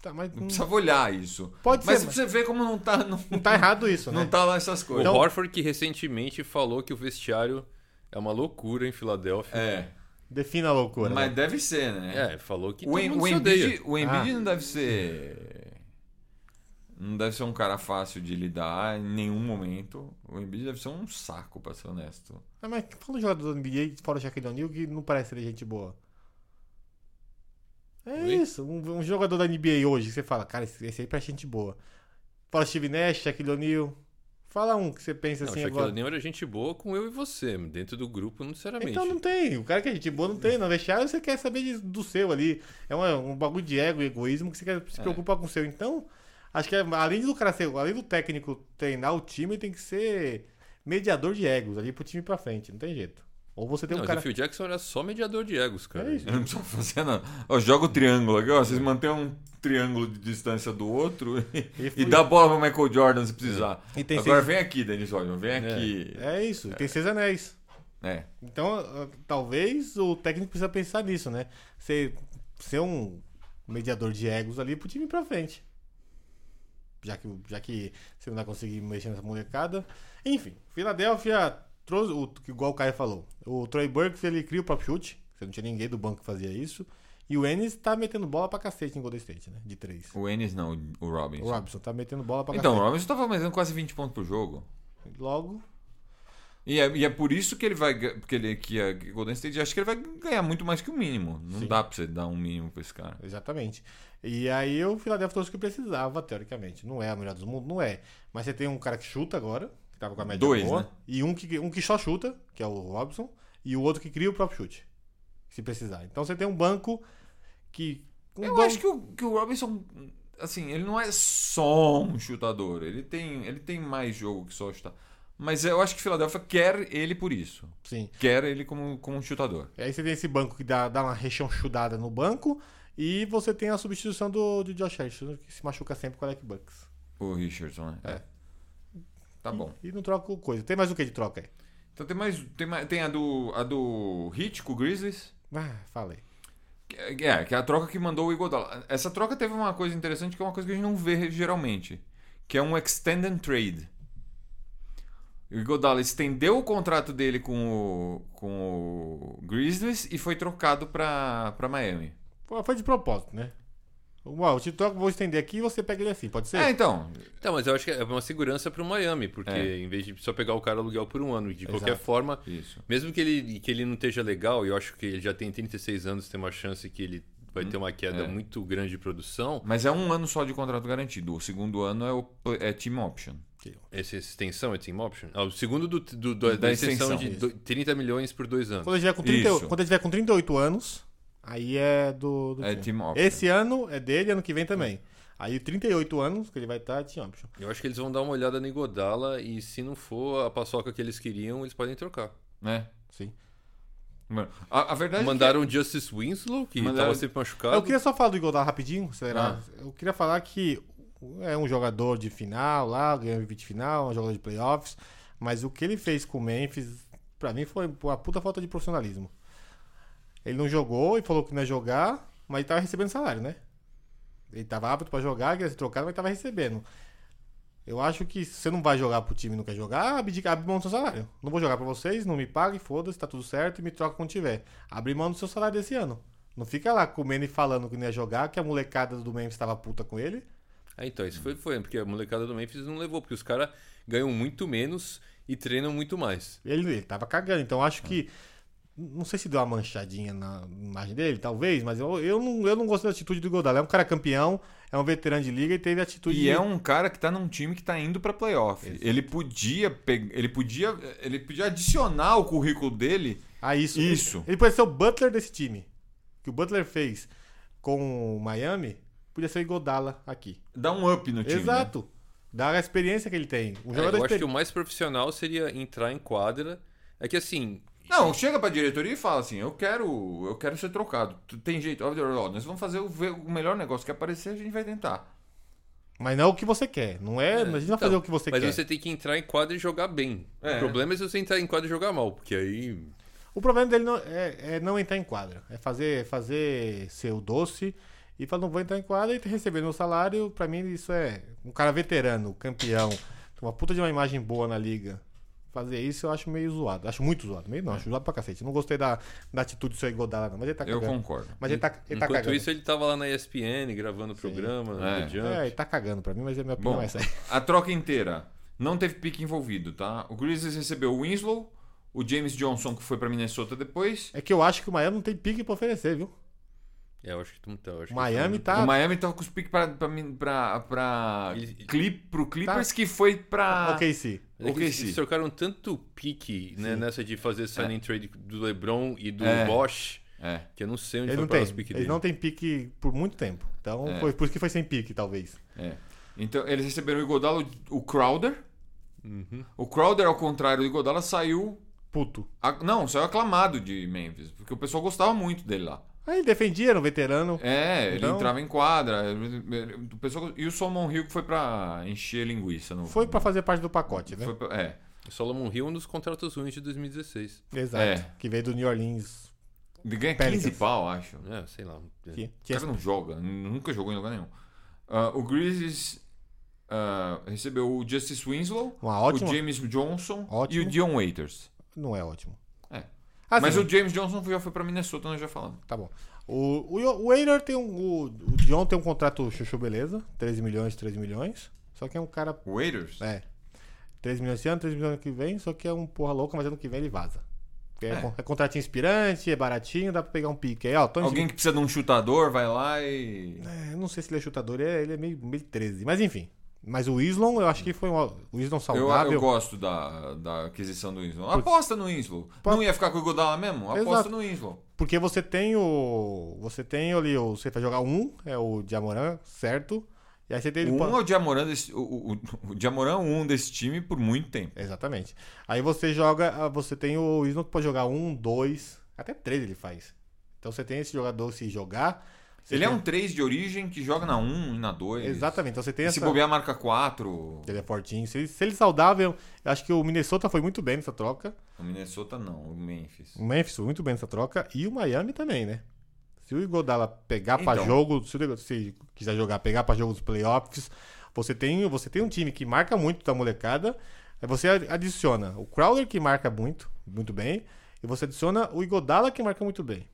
Tá, mas Não não, precisava olhar isso. Pode mas ser, mas- você vê como não tá, não, não tá errado isso, né? não tá lá essas O coisas. Horford que recentemente falou que o vestiário é uma loucura em Filadélfia. É, Defina a loucura. mas né? deve ser, né? É, falou que O, todo Em- mundo o se odeia. Embiid, o Embiid Ah. não deve ser... Não deve ser um cara fácil de lidar em nenhum momento. O Embiid deve ser um saco, pra ser honesto. Ah, mas fala um jogador do NBA, fora o Shaquille O'Neal, que não parece ser gente boa. É Oi? isso. Um, um jogador da NBA hoje, que você fala, cara, esse, esse aí parece gente boa. Fala Steve Nash, Shaquille O'Neal. Fala um que você pensa Não, assim Shaquille agora. O'Neal era gente boa com eu e você, dentro do grupo, não necessariamente. Então não tem. O cara que é gente boa não tem. No vestiário você quer saber de- do seu ali. É um, um bagulho de ego e egoísmo que você quer se É. preocupar com o seu. Então, acho que é- além do cara ser, além do técnico treinar o time, ele tem que ser mediador de egos ali pro time pra frente. Não tem jeito. Ou você tem Não, um mas cara. o Phil Jackson era só mediador de egos, cara. É isso. Eu não preciso fazer nada. Ó, joga o triângulo aqui, ó. Vocês mantêm um triângulo de distância do outro E e, fui. e dá a bola pro Michael Jordan se precisar. E tem Agora seis- vem aqui, Denis Rodman, vem aqui. É isso, tem seis anéis. É. Então, ah, talvez o técnico precisa pensar nisso, né? Ser, ser um mediador de egos ali pro time ir pra frente. Já que, já que você não vai conseguir mexer nessa molecada. Enfim, Filadélfia trouxe, o, igual o Caio falou, o Troy Burks ele cria o próprio chute. Você não tinha ninguém do banco que fazia isso. E o Ennis tá metendo bola pra cacete em Golden State, né? De três. O Ennis não, o O Robinson. Robson tá metendo bola pra Então, o cacete. Robinson tava fazendo quase 20 pontos por jogo. Logo, E é, e é por isso que ele vai. ga- Porque ele é que a Golden State acho que ele vai ganhar muito mais que o mínimo. Não dá pra você dar um mínimo pra esse cara. Exatamente. E aí o Philadelphia trouxe o que precisava, teoricamente. Não é a melhor do mundo, não é. Mas você tem um cara que chuta agora, que tava com a média Dois, boa, né? e um que, um que só chuta, que é o Robson, e o outro que cria o próprio chute, se precisar. Então você tem um banco que... Um Eu banco- acho que o, que o Robinson. Assim, ele não é só um chutador. Ele tem, ele tem mais jogo que só chutar. Mas eu acho que o Philadelphia quer ele por isso. Sim. Quer ele como, como um chutador. Aí você tem esse banco que dá, dá uma rechonchudada no banco, e você tem a substituição do, do Josh Harrison, que se machuca sempre com o Alec Bucks. O Richardson, né? É. Tá bom. E não troca o coisa. Tem mais o que de troca aí? Então tem mais. Tem, mais, tem a do. a do Hit com o Grizzlies. Ah, falei. Que- É, que é a troca que mandou o Iguodala. Essa troca teve uma coisa interessante que é uma coisa que a gente não vê geralmente, que é um extend and trade. O Iguodala estendeu o contrato dele com o, com o Grizzlies e foi trocado pra pra Miami. Foi foi de propósito, né? Bom, eu te troco, vou estender aqui e você pega ele assim, pode ser? É, então. Tá, mas eu acho que é uma segurança pro Miami, porque É. em vez de só pegar o cara aluguel por um ano, de qualquer forma, Isso. mesmo que ele, que ele não esteja legal, e eu acho que ele já tem 36 anos, tem uma chance que ele vai ter uma queda é. muito grande de produção, Mas é um ano só de contrato garantido. O segundo ano é, o, pl- é team option. essa extensão é team option. Ah, o segundo do, do- do- da, Da extensão, extensão, de isso. do- 30 milhões por dois anos. Quando ele tiver com, 30, Isso. quando ele tiver com 38 anos, aí é do. do É time. team option. Esse ano é dele, ano que vem também. Aí 38 anos que ele vai estar, tinha option. Eu acho que eles vão dar uma olhada no Godala e se não for a paçoca que eles queriam, eles podem trocar. Né? Sim. Mano, A, a verdade é Mandaram o Justice Winslow, que Mandaram- estava É sempre machucado. Eu queria só falar do Iguodala rapidinho, acelerar. Eu queria falar que é um jogador de final lá, ganhou MVP de final, um jogador de playoffs, mas o que ele fez com o Memphis, pra mim foi uma puta falta de profissionalismo. Ele não jogou e falou que não ia jogar, mas ele tava recebendo salário, né? Ele tava apto pra jogar, queria ser trocado, mas tava recebendo. Eu acho que se você não vai jogar pro time e não quer jogar, abdica, abre mão do seu salário. Não vou jogar pra vocês, não me pague, foda-se, tá tudo certo e me troca quando tiver. Abre mão do seu salário desse ano. Não fica lá comendo e falando que não ia jogar, que a molecada do Memphis tava puta com ele. Ah, então, isso foi, foi, porque a molecada do Memphis não levou, porque os caras ganham muito menos e treinam muito mais. Ele, ele tava cagando. Então acho que. Não sei se deu uma manchadinha na imagem dele, talvez, mas eu, eu, não, eu não gostei da atitude do Godal. É um cara campeão, é um veterano de liga e teve a atitude. E de- é um cara que tá num time que tá indo pra playoff. Ele podia pe- ele podia ele podia adicionar o currículo dele. Ah, isso. Isso. Ele podia ser o Butler desse time. O Que o Butler fez com o Miami, podia ser o Godala aqui. Dar um up no time. né? Exato. Dá a experiência que ele tem. Um É, jogador eu acho experi- que o mais profissional seria entrar em quadra. É que assim, Não, chega pra diretoria e fala assim: eu quero, eu quero ser trocado. Tu- Tem jeito, ó, ó, nós vamos fazer o, ver o melhor negócio que aparecer, a gente vai tentar. Mas não é o que você quer. Não é. a gente não vai fazer o que você então, mas é quer. você tem que entrar em quadra e jogar bem. É. O problema é se você entrar em quadra e jogar mal, porque aí. O problema dele não, é, é não entrar em quadra. É fazer, fazer ser o doce e falar, não vou entrar em quadra e receber meu salário. Pra mim, isso é um cara veterano, campeão, com uma puta de uma imagem boa na liga. Fazer isso eu acho meio zoado. Acho muito zoado. Meio não, acho zoado pra cacete. Não gostei da, da atitude do seu Igodala, não. Mas ele tá Eu cagando. concordo. Mas ele tá, ele tá enquanto cagando. isso, ele tava lá na ESPN gravando o programa, É. no The Jump. É, ele tá cagando pra mim, mas a minha opinião Bom, é essa aí. a troca inteira não teve pique envolvido, tá? O Grizzlies recebeu o Winslow, o James Johnson, que foi pra Minnesota depois. É que eu acho que o Miami não tem pique pra oferecer, viu? É, eu acho que tu eu acho que um Miami tu- tá. O Miami tava com os piques pra, pra, min- pra, pra Ele- clip, pro Clippers, que foi pra. Tá. Ok, sim. Mas é que eles- OKC. Eles trocaram tanto pique né, nessa de fazer signing trade do LeBron e do É. Bosch, É. que eu não sei onde Ele foi não parar tem. os piques Ele dele. não tem pique por muito tempo. Então, foi por isso que foi sem pique, talvez. É. Então, eles receberam o Igodala, o o Crowder. O Crowder, ao contrário do Igodala, saiu. Puto. a- Não, saiu aclamado de Memphis, porque o pessoal gostava muito dele lá. Aí defendia, era um veterano. É, ele Então- entrava em quadra. ele- ele- o pessoal- E o Solomon Hill que foi pra encher linguiça. No... Foi pra fazer parte do pacote, né? Foi pra- É. O Solomon Hill é um dos contratos ruins de 2016. Exato. É. Que veio do New Orleans. Ele ganha Pelicans. 15 pau, acho. O É, sei lá. Que tinha- cara não joga, nunca jogou em lugar nenhum. Ah, o Grizzlies ah, recebeu o Justice Winslow, Uma ótima- o James Johnson Ótimo. e o Dion Waiters. Não é ótimo. É. Ah, Mas sim, o James Johnson já foi pra Minnesota, nós já falamos. Tá bom. O, o, o Ayler tem um. O, o Dion tem um contrato chuchu beleza. 13 milhões, 13 milhões. Só que é um cara. O Waiters? É. 13 milhões esse ano, 13 milhões ano que vem. Só que é um porra louca, mas ano que vem ele vaza. Porque É, con- é contratinho inspirante, é baratinho, dá pra pegar um pique. Aí, ó, Tony Alguém que precisa de um chutador vai lá e. É, não sei se ele é chutador, ele é, ele é meio, meio 13. Mas enfim. Mas o Islon, eu acho que foi um. O Islon Eu, saudável. eu gosto da, da aquisição do Winslow. Aposta no Winslow. Não ia ficar com o Godala mesmo? Aposta Exato. no Winslow. Porque você tem o. Você tem ali o. Você vai jogar um, é o Diamorã, certo? E aí você tem ele. Um pa- é o Diamorã, desse, o, o, o- o Diamorã é um desse time por muito tempo. Exatamente. Aí você joga. ah, Você tem o Isno que pode jogar um, dois, até três ele faz. Então você tem esse jogador se jogar. você Ele é tem- um 3 de origem que joga na 1 e na 2. Exatamente. Então você tem Se essa. bobear, marca 4. Ele é fortinho. Se ele, se ele saudável, eu acho que o Minnesota foi muito bem nessa troca. O Minnesota não, o Memphis. O Memphis foi muito bem nessa troca. E o Miami também, né? Se o Igodala pegar pra Então. jogo, se, o nego- se quiser jogar, pegar pra jogo dos playoffs, você tem, você tem um time que marca muito da molecada. Aí você ad- adiciona o Crowder, que marca muito, muito bem. E você adiciona o Igodala, que marca muito bem.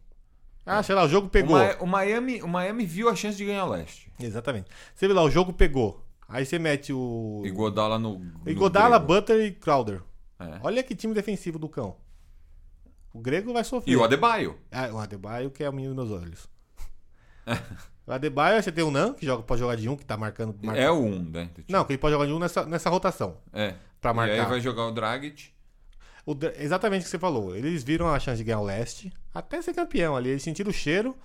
É. Ah, sei lá, o jogo pegou. O, Mi- o Miami, o Miami viu a chance de ganhar o leste. Exatamente. Você vê lá, o jogo pegou. Aí você mete o. E Godala no. no Igodala, grego. Butter e Crowder. É. Olha que time defensivo do cão. O grego vai sofrer. E o Adebayo. Ah, o Adebayo que é o menino dos meus olhos. o Adebayo, você tem o Nan, que joga, pode jogar de um, que tá marcando. marca- É o 1, um, né? do time. Não, que ele pode jogar de um nessa, nessa rotação. É. Pra E aí marcar. vai jogar o Dragic. O Dra- exatamente o que você falou. Eles viram a chance de ganhar o leste, até ser campeão ali. Eles sentiram o cheiro.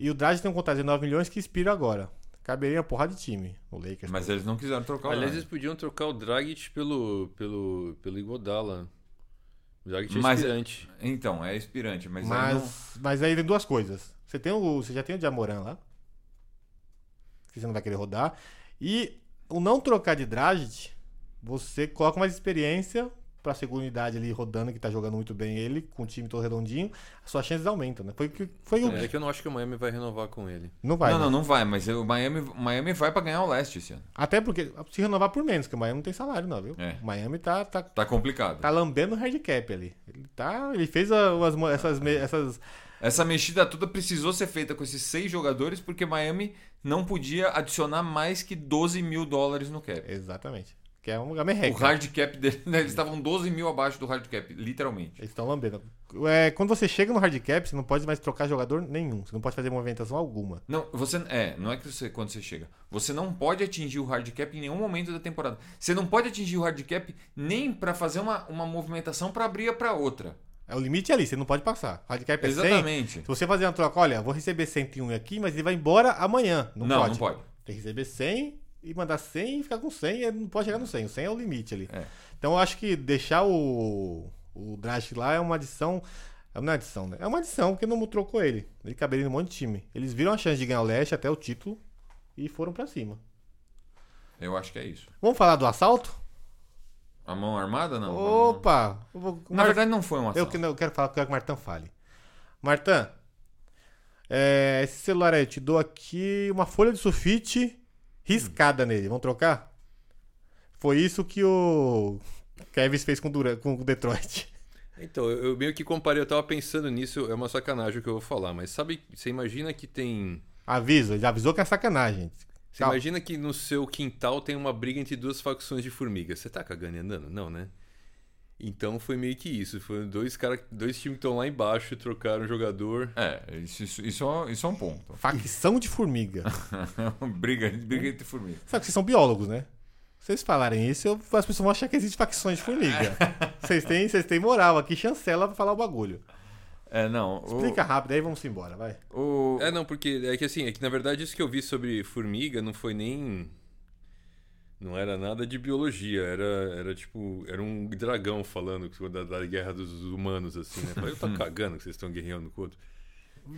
E o Drage tem um contrato de 9 milhões que expira agora. Caberia uma porrada de time. O Lakers. Mas eles não quiseram trocar Aliás, o eles podiam trocar o Dragic pelo, pelo, pelo Igodala. O Dragic é Mas- aspirante. Então, é inspirante, mas, aí não- Mas, mas aí tem duas coisas. Você, tem o, você já tem o Jamoran lá. Que você não vai querer rodar. E o não trocar de Dragic, você coloca mais experiência pra segunda idade ali rodando, que tá jogando muito bem ele, com o time todo redondinho. As suas chances aumentam, né? Foi, o que- foi o. É. que eu não acho que o Miami vai renovar com ele. Não vai. não, né? não, não vai, mas o Miami, o Miami vai pra ganhar o leste esse ano. Até porque se renovar por menos, que o Miami não tem salário, não, viu? É. O Miami tá, tá, Tá complicado. tá lambendo o handicap ali. Ele, tá, ele fez a- umas, mo- essas, me- essas. Essa mexida toda precisou ser feita com esses seis jogadores porque Miami não podia adicionar mais que 12 mil dólares no cap. Exatamente. Que é um é O hard cap dele, né, eles estavam 12 mil abaixo do hard cap, literalmente. Eles estão lambendo. É, quando você chega no hard cap, você não pode mais trocar jogador nenhum. Você não pode fazer movimentação alguma. Não, você é, não é que você quando você chega, você não pode atingir o hard cap em nenhum momento da temporada. Você não pode atingir o hard cap nem pra fazer uma, uma movimentação pra abrir pra outra. É o limite é ali, você não pode passar. Hard cap é 100. Exatamente. Se você fazer uma troca, olha, vou receber 101 aqui, mas ele vai embora amanhã. Não, Não, pode. não pode. Tem que receber 100 e mandar É. 100 e ficar com 100. e Não pode chegar no 100. O 100 é o limite ali. Então eu acho que deixar o, o O Drash lá é uma adição. Não é adição, né? É uma adição, porque não trocou ele. Ele caberia num monte de time. Eles viram a chance de ganhar o leste até o título e foram pra cima. Eu acho que é isso. Vamos falar do assalto? A mão armada, não? Opa! Eu vou- Na verdade, não foi um Eu assalto. que não- eu quero falar, eu quero que o Martão fale. Martã, é, esse celular aí, eu te dou aqui uma folha de sulfite riscada nele. Vamos trocar? Foi isso que o Kevin fez com, Dura, com o Detroit. Então, eu, eu meio que comparei, eu tava pensando nisso, é uma sacanagem o que eu vou falar, mas sabe, você imagina que tem. Aviso, ele avisou que é sacanagem. gente. Você Calma. imagina que no seu quintal tem uma briga entre duas facções de formigas. Você tá cagando e andando? Não, né? Então foi meio que isso. Foram dois cara, dois times que estão lá embaixo, trocaram jogador. É, isso, isso, isso, é- isso é um ponto. Facção de formiga. briga, briga entre formigas. Sabe que vocês são biólogos, né? Se vocês falarem isso, eu- as pessoas vão achar que existe facções de formiga. Vocês têm, vocês têm moral aqui, chancela pra falar o bagulho. É, não. o- Explica rápido, aí vamos embora, vai. o- É, não, porque é que assim, é que na verdade isso que eu vi sobre formiga não foi nem. Não era nada de biologia, era, era tipo. Era um dragão falando da, da guerra dos humanos, assim, né? Eu falei, eu Uhum. tô cagando que vocês estão guerreando com o outro.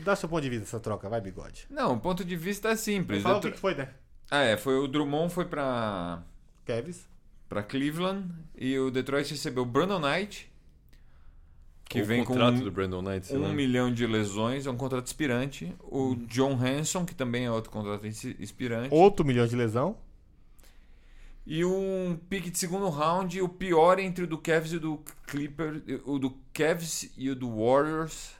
Dá seu ponto de vista dessa troca, vai, bigode. Não, o ponto de vista é simples. Fala Eu o que, tro- que foi, né? Ah, é, foi o Drummond foi pra, Kevs. pra Cleveland e o Detroit recebeu o Brandon Knight, que o vem com contrato um, do Brandon né? Knight, sei um lá. milhão de lesões, é um contrato expirante. O John Hanson, que também é outro contrato ins- expirante. Outro milhão de lesão. E um pique de segundo round, o pior entre o do Cavs e o do Clippers, o do Cavs e o do Warriors,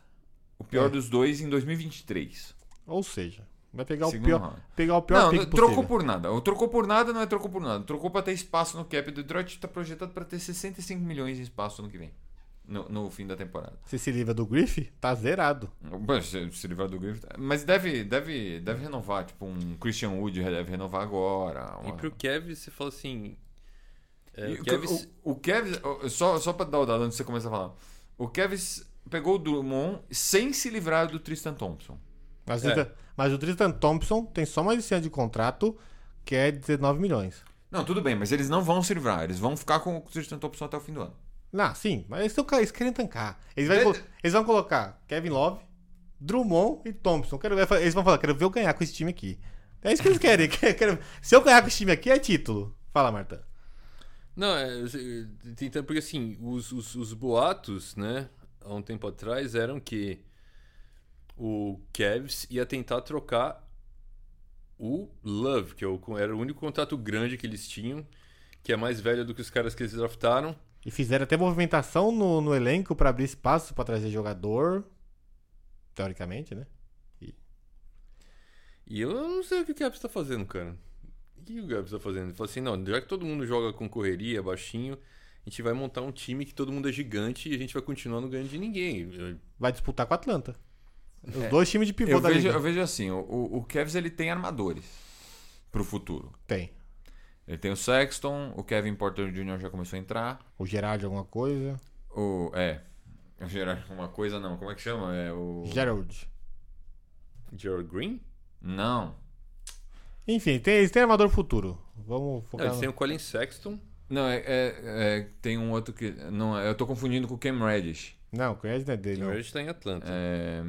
o pior É. dos dois em 2023. Ou seja, vai pegar o Segundo pior, round. pegar o pior Não, pick não trocou possível. por nada. O trocou por nada não é trocou por nada. Trocou pra ter espaço no cap. O Detroit tá projetado pra ter 65 milhões de espaço ano que vem. No, no fim da temporada. Se se livra do Griff, tá zerado. Bom, Se se livrar do Griffith. Mas deve, deve, deve renovar. Tipo, um Christian Wood deve renovar agora. E uma- pro Kevin, você fala assim. é, E o o- Kevs- O, o Kevs, o- só, só pra dar o dado antes de você começar a falar. O Kevs pegou o Drummond sem se livrar do Tristan Thompson. Mas, É. o Tristan- mas o Tristan Thompson tem só mais esse ano de contrato, que é 19 milhões. Não, tudo bem, mas eles não vão se livrar. Eles vão ficar com o Tristan Thompson até o fim do ano. Não, sim, mas eles, tão ca- eles querem tancar. Eles, vai Mas- col- eles vão colocar Kevin Love, Drummond e Thompson. Quero ver- eles vão falar, quero ver eu ganhar com esse time aqui. É isso que eles querem. quero- quero- se eu ganhar com esse time aqui, é título. Fala, Marta. Não, é, se- tentando, porque assim, os, os, os boatos, né, há um tempo atrás, eram que o Cavs ia tentar trocar o Love, que é o con- era o único contrato grande que eles tinham, que é mais velho do que os caras que eles draftaram. E fizeram até movimentação no, no elenco pra abrir espaço pra trazer jogador. Teoricamente, né? E eu não sei o que o Cavs tá fazendo, cara. O que o Cavs tá fazendo? Ele falou assim, não, já que todo mundo joga com correria, baixinho, a gente vai montar um time que todo mundo é gigante e a gente vai continuar não ganhando de ninguém. Eu- Vai disputar com o Atlanta. É. Os dois times de pivô Eu da vejo, liga. eu vejo assim, o, o o Cavs ele tem armadores pro futuro. Tem. Ele tem o Sexton, o Kevin Porter Jr. já começou a entrar. O Gerard alguma coisa. O. É. O Gerard, uma coisa não. Como é que chama? É o. Gerald. Gerald Green? Não. Enfim, tem, eles têm armador futuro. Vamos Não, focar Ah, eles no- têm o Colin Sexton, Não, é, é- é- Tem um outro que. Não, eu tô confundindo com o Cam Reddish. um- Não, o Craig não é dele. Na Não. verdade está tá em Atlanta. É,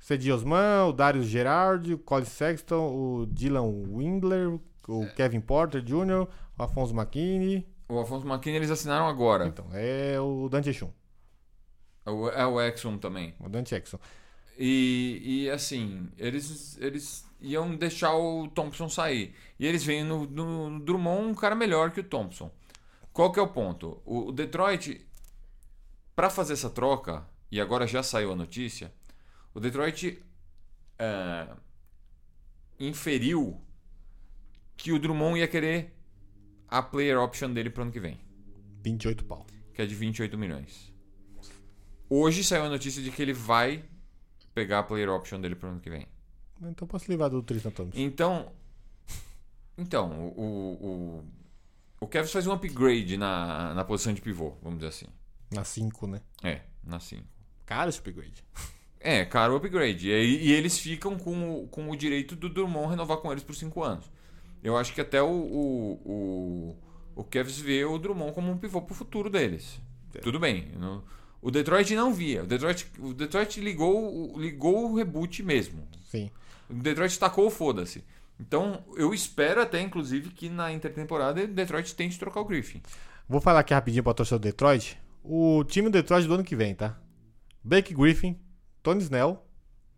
Cedi Osman, o Darius Gerard, o Colin Sexton, o Dylan Windler, o É. Kevin Porter Jr., o Afonso McKinney. O Afonso McKinney eles assinaram agora. Então, é o Dante Chum, O- é o Exxon também. o Dante Exxon. E, e, assim, eles, eles iam deixar o Thompson sair. E eles veem no, no- no Drummond um cara melhor que o Thompson. Qual que é o ponto? O, o Detroit, pra fazer essa troca, e agora já saiu a notícia, o Detroit é, inferiu que o Drummond ia querer a player option dele pro ano que vem 28 pau. que é de 28 milhões. Hoje saiu a notícia de que ele vai pegar a player option dele pro ano que vem. Então posso livrar do Tristan Thompson. Então, então o o, o, o Cavs faz um upgrade na, na posição de pivô, vamos dizer assim. Na 5, né? É, na 5. Cara, esse upgrade. É, cara, o upgrade. E, aí- e eles ficam com o, com o direito do Drummond renovar com eles por 5 anos. Eu acho que até o, o, o, o Cavs vê o Drummond como um pivô pro futuro deles. Tudo bem. não- o Detroit não via. O Detroit, o Detroit ligou, o- ligou o reboot mesmo. Sim. O Detroit tacou, o foda-se. Então, eu espero até, inclusive, que na intertemporada o Detroit tente trocar o Griffin. Vou falar aqui rapidinho pra torcida do Detroit. O time do Detroit do ano que vem, tá? Blake Griffin, Tony Snell,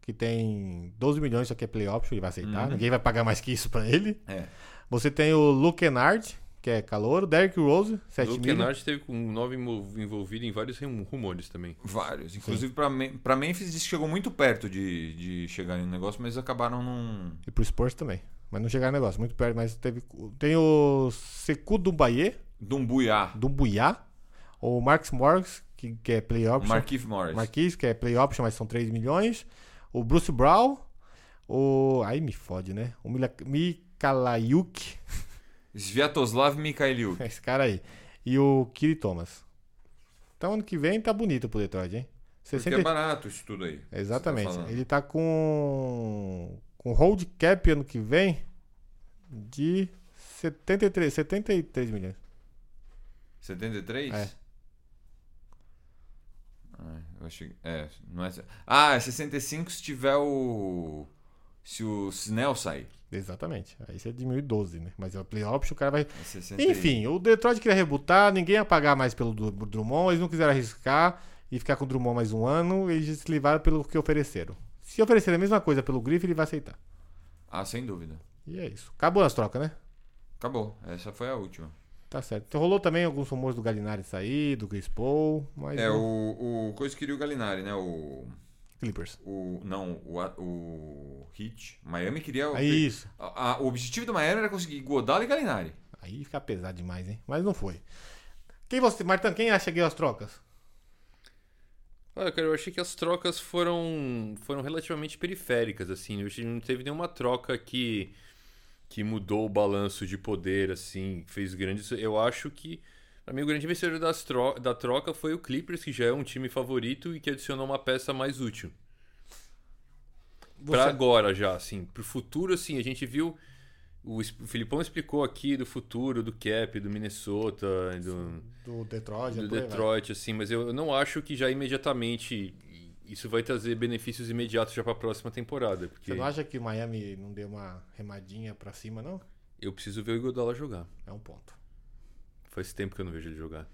que tem 12 milhões, isso aqui é play option, ele vai aceitar. Ninguém vai pagar mais que isso pra ele. É. Você tem o Luke Kennard, que é calouro. Derrick Rose, 7 O milhões. Kennard teve com um nove envol- envolvido em vários rum- rumores também. Vários. Inclusive, pra Men- pra Memphis, eles chegou muito perto de, de chegar no negócio, mas acabaram num... E pro Spurs também. Mas não chegaram no negócio, muito perto, mas teve. Tem o Secu Dumbaye, Dumbuiá. Dumbuya, o Marcus Morris, que, que é play option. Marquise Morris. Marquis, que é play option, mas são 3 milhões. O Bruce Brown, o. Aí me fode, né? O Mila- Mikalayuk, Sviatoslav Mikhailiuk. esse cara aí. E o Kiri Thomas. Então ano que vem tá bonito pro Detroit, hein? Porque 60... é barato isso tudo aí. Exatamente. Você tá falando. Ele tá com. com hold cap ano que vem de 73, 73 milhões. 73? É. Ah, eu achei... É, não é... Ah, é 65 se tiver o... Se o Snell sair. Exatamente. Aí você diminui 12, né? Mas é o play option, o cara vai. É 60 e- Enfim, o Detroit queria rebutar, ninguém ia pagar mais pelo Du- Drummond, eles não quiseram arriscar e ficar com o Drummond mais um ano, eles se livraram pelo que ofereceram. Se oferecer a mesma coisa pelo Griffin, ele vai aceitar. Ah, sem dúvida. E é isso. Acabou as trocas, né? Acabou. Essa foi a última. Tá certo. Então, rolou também alguns rumores do Galinari sair, do Chris Paul, mas É, não- o, o coisa que queria o Galinari, né? O, Clippers. o não, o, a- o Hit. Miami queria... o- É isso. A- a- o objetivo do Miami era conseguir Godala e Galinari. Aí fica pesado demais, hein? Mas não foi. Quem você, Martão, quem acha que ganhou as trocas? Ah, cara, eu achei que as trocas foram, foram relativamente periféricas, assim. Eu achei que não teve nenhuma troca que, que mudou o balanço de poder, assim, fez grandes. Eu acho que, pra mim, o grande vencedor das tro da troca foi o Clippers, que já é um time favorito e que adicionou uma peça mais útil. Pra agora já, assim. Pro futuro, assim, a gente viu. O, es- o Filipão explicou aqui do futuro, do cap, do Minnesota, do Do Detroit, é do por aí vai. Detroit, assim, mas eu eu não acho que já imediatamente isso vai trazer benefícios imediatos já para a próxima temporada, porque Você não acha que o Miami não deu uma remadinha pra cima, não? eu preciso ver o Iguodala jogar. É um ponto. Faz tempo que eu não vejo ele jogar.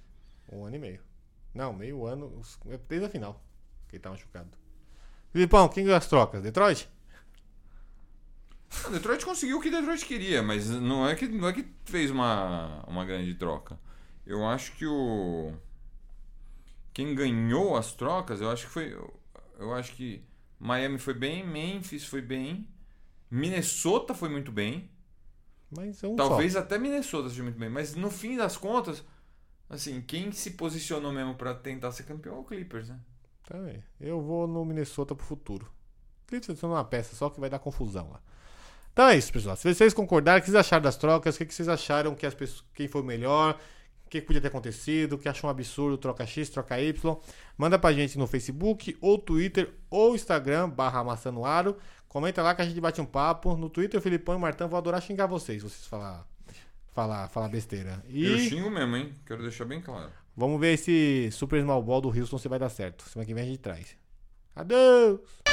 Um ano e meio. Não, meio ano. os- é Desde a final. Que ele tá machucado. Filipão, quem ganhou as trocas? Detroit? O Detroit conseguiu o que Detroit queria, mas não é que, não é que fez uma, uma grande troca. Eu acho que o. Quem ganhou as trocas, eu acho que foi. Eu acho que Miami foi bem, Memphis foi bem, Minnesota foi muito bem. Mas é um Talvez só. até Minnesota seja muito bem, mas no fim das contas, assim, quem se posicionou mesmo pra tentar ser campeão é o Clippers, né? Tá bem. Eu vou no Minnesota pro futuro. Clippers adiciona uma peça só que vai dar confusão lá. Então é isso, pessoal. Se vocês concordaram, o que vocês acharam das trocas? O que que vocês acharam que as pessoas, quem foi melhor? O que podia ter acontecido? O que achou um absurdo? Troca X, troca Y? Manda pra gente no Facebook, ou Twitter, ou Instagram, barra Maçanuaro. Comenta lá que a gente bate um papo. No Twitter, o Filipão e o Martão vão adorar xingar vocês, vocês falar, falar, falar besteira. Eu E xingo mesmo, hein? Quero deixar bem claro. vamos ver esse Super Small Ball do Houston se vai dar certo. Semana que vem a gente traz. Adeus!